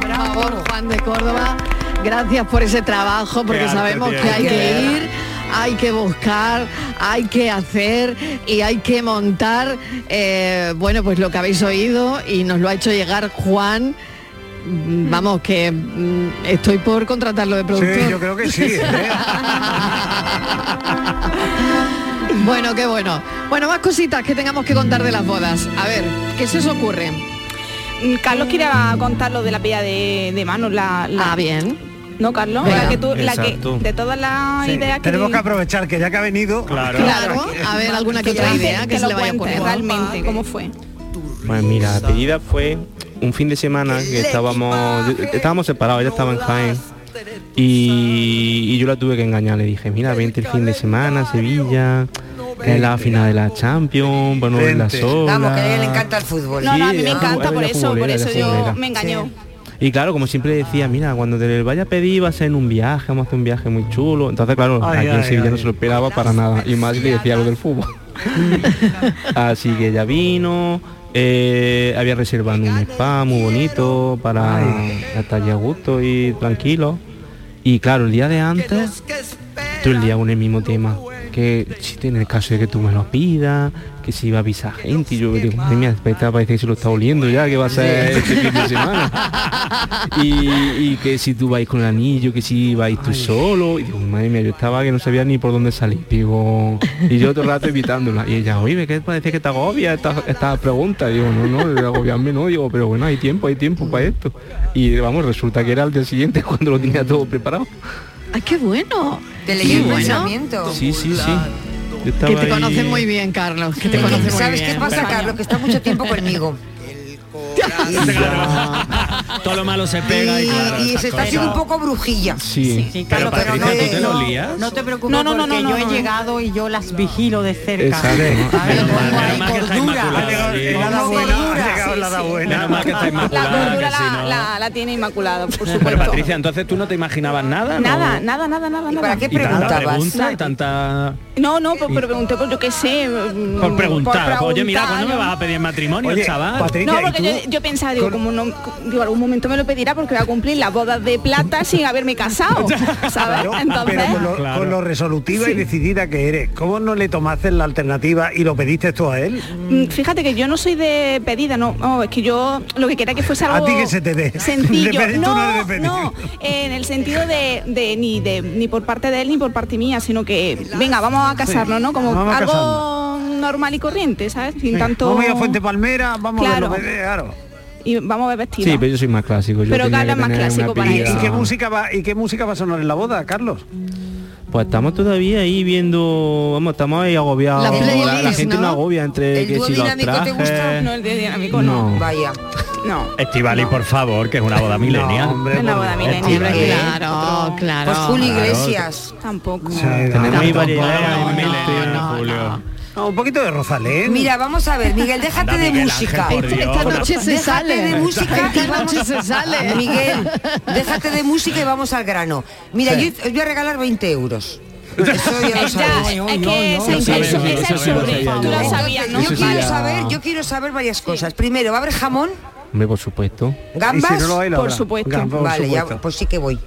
S2: Bravo, Juan de Córdoba. Gracias por ese trabajo, porque
S5: arte
S2: sabemos que
S5: tiene.
S2: hay que
S5: Qué
S2: ir, hay que buscar, hay que hacer y hay que montar. eh, bueno, pues lo que habéis oído y nos lo ha hecho llegar Juan. Mm, Vamos, que mm, estoy por contratarlo de productor.
S3: Sí, yo creo que sí. ¿eh?
S2: Bueno, qué bueno. Bueno, más cositas que tengamos que contar de las bodas. A ver, ¿qué se os ocurre?
S14: Mm, Carlos quiere contar lo de la pilla de, de mano. La, Ah,
S2: bien.
S14: No, Carlos,
S3: Venga.
S14: la que tú, la que,
S3: Exacto.
S14: de todas las ideas que...
S3: Tenemos que aprovechar que ya que ha venido.
S4: Claro.
S2: Claro, a ver alguna que otra idea que, se
S14: lo
S2: le vaya
S14: cuente
S2: ocurriendo.
S14: realmente cómo fue.
S26: Pues mira, la pedida fue un fin de semana que estábamos estábamos separados, ella estaba en Jaén y, y yo la tuve que engañar, le dije, mira, vente el fin de semana, a Sevilla, que es la final de la Champions, bueno, en la
S6: Vente. Vamos, que a ella le
S26: sola.
S6: encanta el fútbol.
S14: No, no, a mí
S26: Sí,
S14: me
S26: es la
S3: ah,
S14: encanta
S26: futbolera,
S14: por
S26: la
S14: eso, por
S26: futbolera,
S14: eso
S26: la
S14: yo
S26: futbolera.
S14: me engañó.
S26: Y claro, como siempre decía, mira, cuando te lo vaya a pedir va a ser en un viaje, vamos a hacer un viaje muy chulo. Entonces, claro,
S14: Ay,
S26: aquí
S14: ay,
S26: en Sevilla
S14: ay.
S26: no se lo esperaba para nada. Y más le decía lo del fútbol. Así que ella vino, eh, había reservado un spa muy bonito para estar allí a gusto y tranquilo. Y claro, el día de antes, todo el día con el mismo tema. Que si tiene el caso de que tú me lo pidas, que si va a avisar gente, y yo digo, madre mía, esta parece que se lo está oliendo ya, que va a ser este fin de semana y, y que si tú vais con el anillo, que si vais tú solo. Y digo, madre mía, yo estaba que no sabía ni por dónde salir. Digo, y yo todo el rato evitándola. Y ella, oye, que parece que te agobia esta, esta pregunta. Digo, no, no, de agobiarme no. Digo, pero bueno, hay tiempo, hay tiempo para esto. Y vamos, resulta que era al día siguiente cuando lo tenía todo preparado.
S2: Ay, qué bueno.
S6: Te
S2: Qué
S6: leí el
S2: bueno.
S6: pensamiento.
S26: Sí, sí, sí. Yo estaba
S2: Que te
S26: ahí-
S2: conocen muy bien, Carlos. Que te
S26: Mm.
S2: conocen muy
S6: ¿Sabes
S2: bien.
S6: qué pasa, Carlos? Que está mucho tiempo conmigo.
S4: Todo lo malo se pega y, claro,
S6: Y
S4: esas
S6: se está haciendo un
S4: cosas.
S6: poco brujilla.
S26: Sí.
S4: Pero Patricia, ¿tú te lo lías?
S27: No te preocupes, no, no, no, porque yo he llegado y yo las vigilo de cerca.
S4: Exacto.
S27: ¿sabes?
S4: Menos mal,
S27: Como hay
S4: menos mal que está
S27: cordura.
S4: inmaculada. sí.
S27: Como cordura.
S4: Menos mal que está
S14: La
S4: inmaculada.
S14: cordura
S4: que si
S14: la,
S4: no-
S14: la- la tiene inmaculada, por
S4: Bueno,
S14: supuesto.
S4: Patricia, entonces tú no te imaginabas nada, ¿no?
S14: Nada, nada, nada, nada.
S4: ¿Y
S14: nada.
S4: Tanta pregunta y tanta...
S14: No, no, pues, pero pregunté por yo qué sé. mm,
S4: Por preguntar, pues,
S14: por
S4: oye, mira,
S14: preguntar,
S4: ¿cuándo me
S14: ¿no?
S4: vas a pedir matrimonio,
S3: Oye,
S4: chaval?
S3: Patricia,
S14: No, porque yo, yo pensaba, digo, como no, digo, algún momento me lo pedirá porque voy a cumplir las bodas de plata sin haberme casado. ¿sabes?
S3: Claro,
S14: Entonces,
S3: pero con lo, con lo resolutiva y decidida que eres, ¿cómo no le tomaste la alternativa y lo pediste tú a él?
S14: mm, fíjate que yo no soy de pedida, no, no, es que yo lo que quería que fuese algo
S3: a ti que se te dé.
S14: sencillo.
S3: De pedir, tú no
S14: No,
S3: eres de pedir.
S14: no, en el sentido de, de- ni de ni por parte de él ni por parte mía, sino que venga, vamos a casarnos, ¿no? Como
S3: Vamos a
S14: algo normal y corriente, ¿sabes? Sin
S3: Venga,
S14: tanto
S3: Vamos a ir a Fuente Palmera, vamos
S14: Claro.
S3: a verlo, eh, claro.
S14: y vamos a ver vestido.
S26: Sí, pero yo soy más clásico. Yo
S14: Pero
S26: tenía
S14: Carla es
S26: que
S14: más
S26: tener una
S14: clásico para
S3: ¿Y,
S26: pila-
S3: y qué música va, ¿Y qué música va a sonar en la boda, Carlos?
S26: Pues estamos todavía ahí viendo, vamos, estamos ahí agobiados.
S6: La playlist,
S26: la gente
S6: ¿no?
S26: no, agobia entre
S6: ¿El
S26: que
S6: dúo
S26: si los
S6: dinámico te gusta?
S26: trajes.
S6: No, el dúo dinámico no.
S26: No.
S6: Vaya. No.
S4: Estivali, por favor, que es una boda milenial.
S26: hombre,
S14: Una por boda favor. milenial,
S4: Estivali.
S2: Claro, claro.
S6: Pues Julio
S4: Claro.
S6: Iglesias.
S14: Tampoco.
S4: Tenemos ahí variedad
S6: no,
S4: en
S6: no,
S4: milenial, Julio.
S3: No, un poquito de Rosalén.
S6: Mira, vamos a ver, Miguel, déjate
S4: Anda,
S6: de
S4: Miguel Ángel,
S6: música.
S4: por Esta- Dios. esta noche se
S6: déjate
S2: sale.
S6: de música.
S2: Esta
S6: y vamos-
S2: noche se sale.
S6: Miguel, déjate de música y vamos al grano. Mira,
S26: Sí.
S6: yo os voy a regalar 20 euros. Eso ya lo sabéis.
S26: es que
S6: Lo
S26: es el- es el
S6: sabemos, lo sabemos,
S26: sobre.
S6: lo sabemos.
S26: Tú lo
S14: sabías,
S26: ¿no?
S6: Yo
S26: Eso sí
S6: quiero
S26: ya-
S6: saber, yo quiero saber varias cosas. Primero, ¿va a haber jamón?
S26: Hombre, por supuesto.
S6: ¿Gambas?
S26: Por Gambas, por
S6: vale, ya,
S26: supuesto.
S6: pues sí que voy.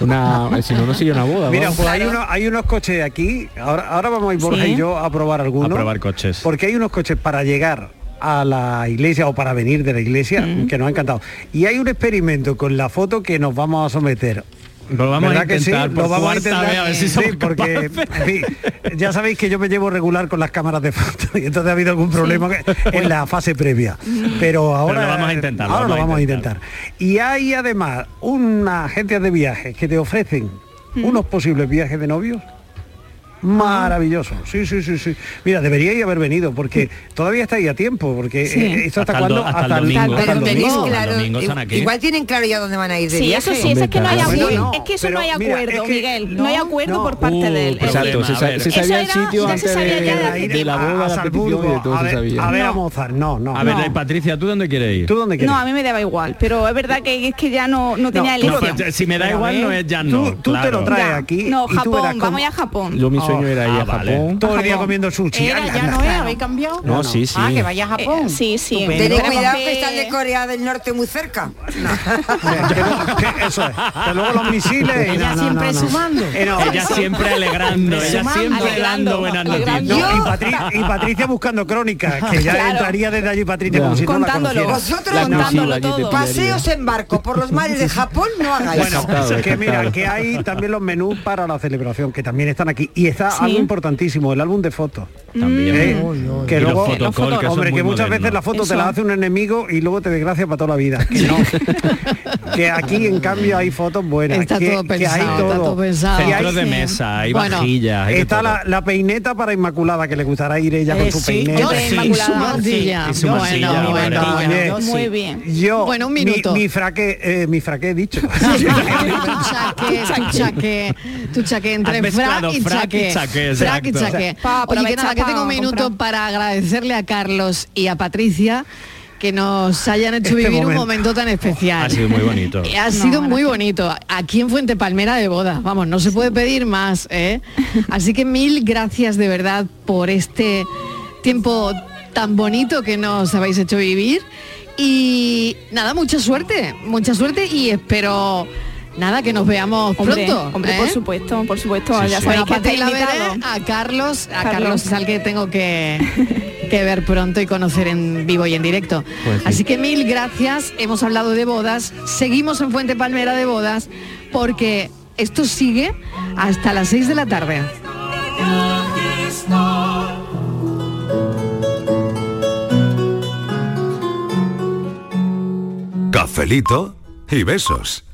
S26: Una, eh, si no, no sería una boda.
S3: Mira,
S26: vamos.
S3: pues hay, uno- hay unos coches aquí. Ahora, ahora vamos a ir Borja
S26: Sí.
S3: y yo a probar algunos.
S4: A probar coches.
S3: Porque hay unos coches para llegar a la iglesia o para venir de la iglesia que nos ha encantado. Y hay un experimento con la foto que nos vamos a someter.
S4: Lo vamos a
S3: ¿Verdad que sí?
S4: intentar por
S3: Lo vamos a
S4: cuarta
S3: intentar,
S4: vez, a ver si
S3: sí,
S4: somos
S3: porque
S4: capaces.
S3: en fin, ya sabéis que yo me llevo regular con las cámaras de foto y entonces ha habido algún problema que- en la fase previa. Pero ahora
S4: lo vamos a intentar, lo
S3: Ahora lo
S4: vamos a
S3: vamos a intentar. Y hay además unas agencias de viajes que te ofrecen
S4: Mm.
S3: unos posibles viajes de novios Maravilloso, sí, sí, sí, sí. Mira, deberíais haber venido porque todavía estáis a tiempo, porque
S6: Sí.
S3: eh, esto hasta,
S4: Hasta el do-
S3: cuándo?
S4: hasta el domingo. Hasta el
S6: tenéis
S3: domingo.
S6: claro-
S4: domingo están aquí.
S6: igual tienen claro ya dónde van a ir de
S14: Sí,
S6: viaje.
S14: eso sí, eso es que no hay
S6: Hombre,
S14: acuerdo.
S6: no,
S14: es que eso
S6: pero
S14: no hay
S6: mira,
S14: acuerdo,
S6: es que-
S14: Miguel. No, hay acuerdo por parte de él.
S26: Uh, pues Exacto, se, sa-
S4: ver.
S26: se sabía el
S4: Eso era-
S26: sitio
S4: ya se
S26: antes
S4: sabía
S26: de,
S4: ya
S26: de
S4: desde
S26: la
S4: tiempo.
S26: boda,
S4: A
S26: la petición y de todo
S4: Salzburgo,
S26: se
S4: a ver-
S26: sabía.
S3: A ver,
S14: No.
S3: a Mozart, no, no.
S4: A ver,
S3: no.
S4: eh, Patricia, ¿tú dónde quieres ir?
S3: ¿Tú dónde
S14: No, a mí me daba igual, pero es verdad que es que ya no, no tenía
S4: tú no,
S14: elección.
S4: pero si me da igual, no es ya no.
S3: Tú- tú te lo traes
S14: Ya.
S3: aquí
S14: No,
S3: y tú
S14: Japón,
S3: verás cómo-
S14: vamos ya a Japón.
S26: Yo mi sueño era ir a Japón.
S3: Ah, Todo el día comiendo sushi. Ah,
S27: Era,
S3: anda,
S27: ya
S3: anda.
S27: no es, habéis cambiado.
S26: No, sí, sí.
S27: Ah, que vaya a Japón.
S14: Eh,
S27: sí, sí.
S6: Tened cuidado que están de Corea del Norte muy cerca.
S3: Ah, Que Eso es. Que luego los misiles. y
S6: Ella
S3: no, no, no,
S6: siempre
S3: no.
S6: sumando.
S3: Eh, no.
S4: Ella siempre alegrando, ella
S3: Sumando.
S4: siempre dando buenas noticias.
S3: No, y, Patri- y Patricia buscando crónicas, que ya
S6: Claro.
S3: entraría desde allí Patricia
S26: Ya.
S3: como si no la
S6: Contándolo.
S3: conociera.
S6: Vosotros La contándolo mochila que te todo. pillaría. Paseos en barco por los mares de Japón no hagáis.
S3: Bueno,
S6: Descartado,
S3: que mira,
S6: descartado.
S3: que hay también los menús para la celebración, que también están aquí. Y está
S6: Sí.
S3: algo importantísimo, el álbum de fotos.
S4: También.
S3: Eh,
S4: Y
S3: Que
S4: los
S3: luego,
S4: fotocall, que son
S3: hombre,
S4: muy
S3: que muchas veces
S4: modernos.
S3: la foto te
S4: Eso.
S3: la hace un enemigo y luego te desgracia para toda la vida. Que no. que aquí en cambio hay fotos buenas.
S2: Está
S3: que,
S2: todo
S3: que hay
S2: pensado, está todo pensado.
S3: Que
S4: Centros de
S3: sí.
S4: mesa, hay Bueno, vajillas, hay de
S3: está
S4: todo.
S3: la, la peineta para Inmaculada, que le gustará ir ella
S2: Eh,
S3: con su
S2: sí,
S3: peineta.
S2: yo de Sí, Inmaculada, y su mantilla. sí, y su Bueno, mantilla, bueno, bueno,
S3: también.
S2: yo muy bien.
S3: Yo,
S2: Bueno, un
S3: mi-
S2: minuto.
S3: Mi, fraque, eh, mi fraque he dicho.
S2: tu chaqué, tu chaqué, tu chaqué entre
S3: Has mezclado
S2: frac y
S3: frac y
S2: chaqué.
S3: chaqué,
S2: Frac y
S3: exacto.
S2: chaqué.
S3: Pa'
S2: Oye, que nada,
S3: aprovechar
S2: que
S3: pa'
S2: tengo un minuto para agradecerle a Carlos y a Patricia que nos hayan hecho
S4: Este
S2: vivir un
S4: momento.
S2: momento tan especial.
S4: Ha sido muy bonito.
S2: Eh, Ha sido muy bonito. Aquí en Fuente Palmera de boda. Vamos, no se puede pedir más. ¿eh? Así que mil gracias de verdad por este tiempo tan bonito que nos habéis hecho vivir. Y nada, mucha suerte, mucha suerte y espero nada que nos veamos
S14: Hombre,
S2: pronto. ¿eh?
S14: hombre, por supuesto, por supuesto. ya sabéis que
S2: Bueno, a Pati
S14: estáis
S2: la veré,
S14: invitados.
S2: a Carlos, a Carlos es al que tengo que, que ver pronto y conocer en vivo y en directo.
S26: Pues sí.
S2: Así que mil gracias, hemos hablado de bodas, seguimos en Fuente Palmera de bodas, porque esto sigue hasta las 6 de la tarde.
S12: Cafelito y besos.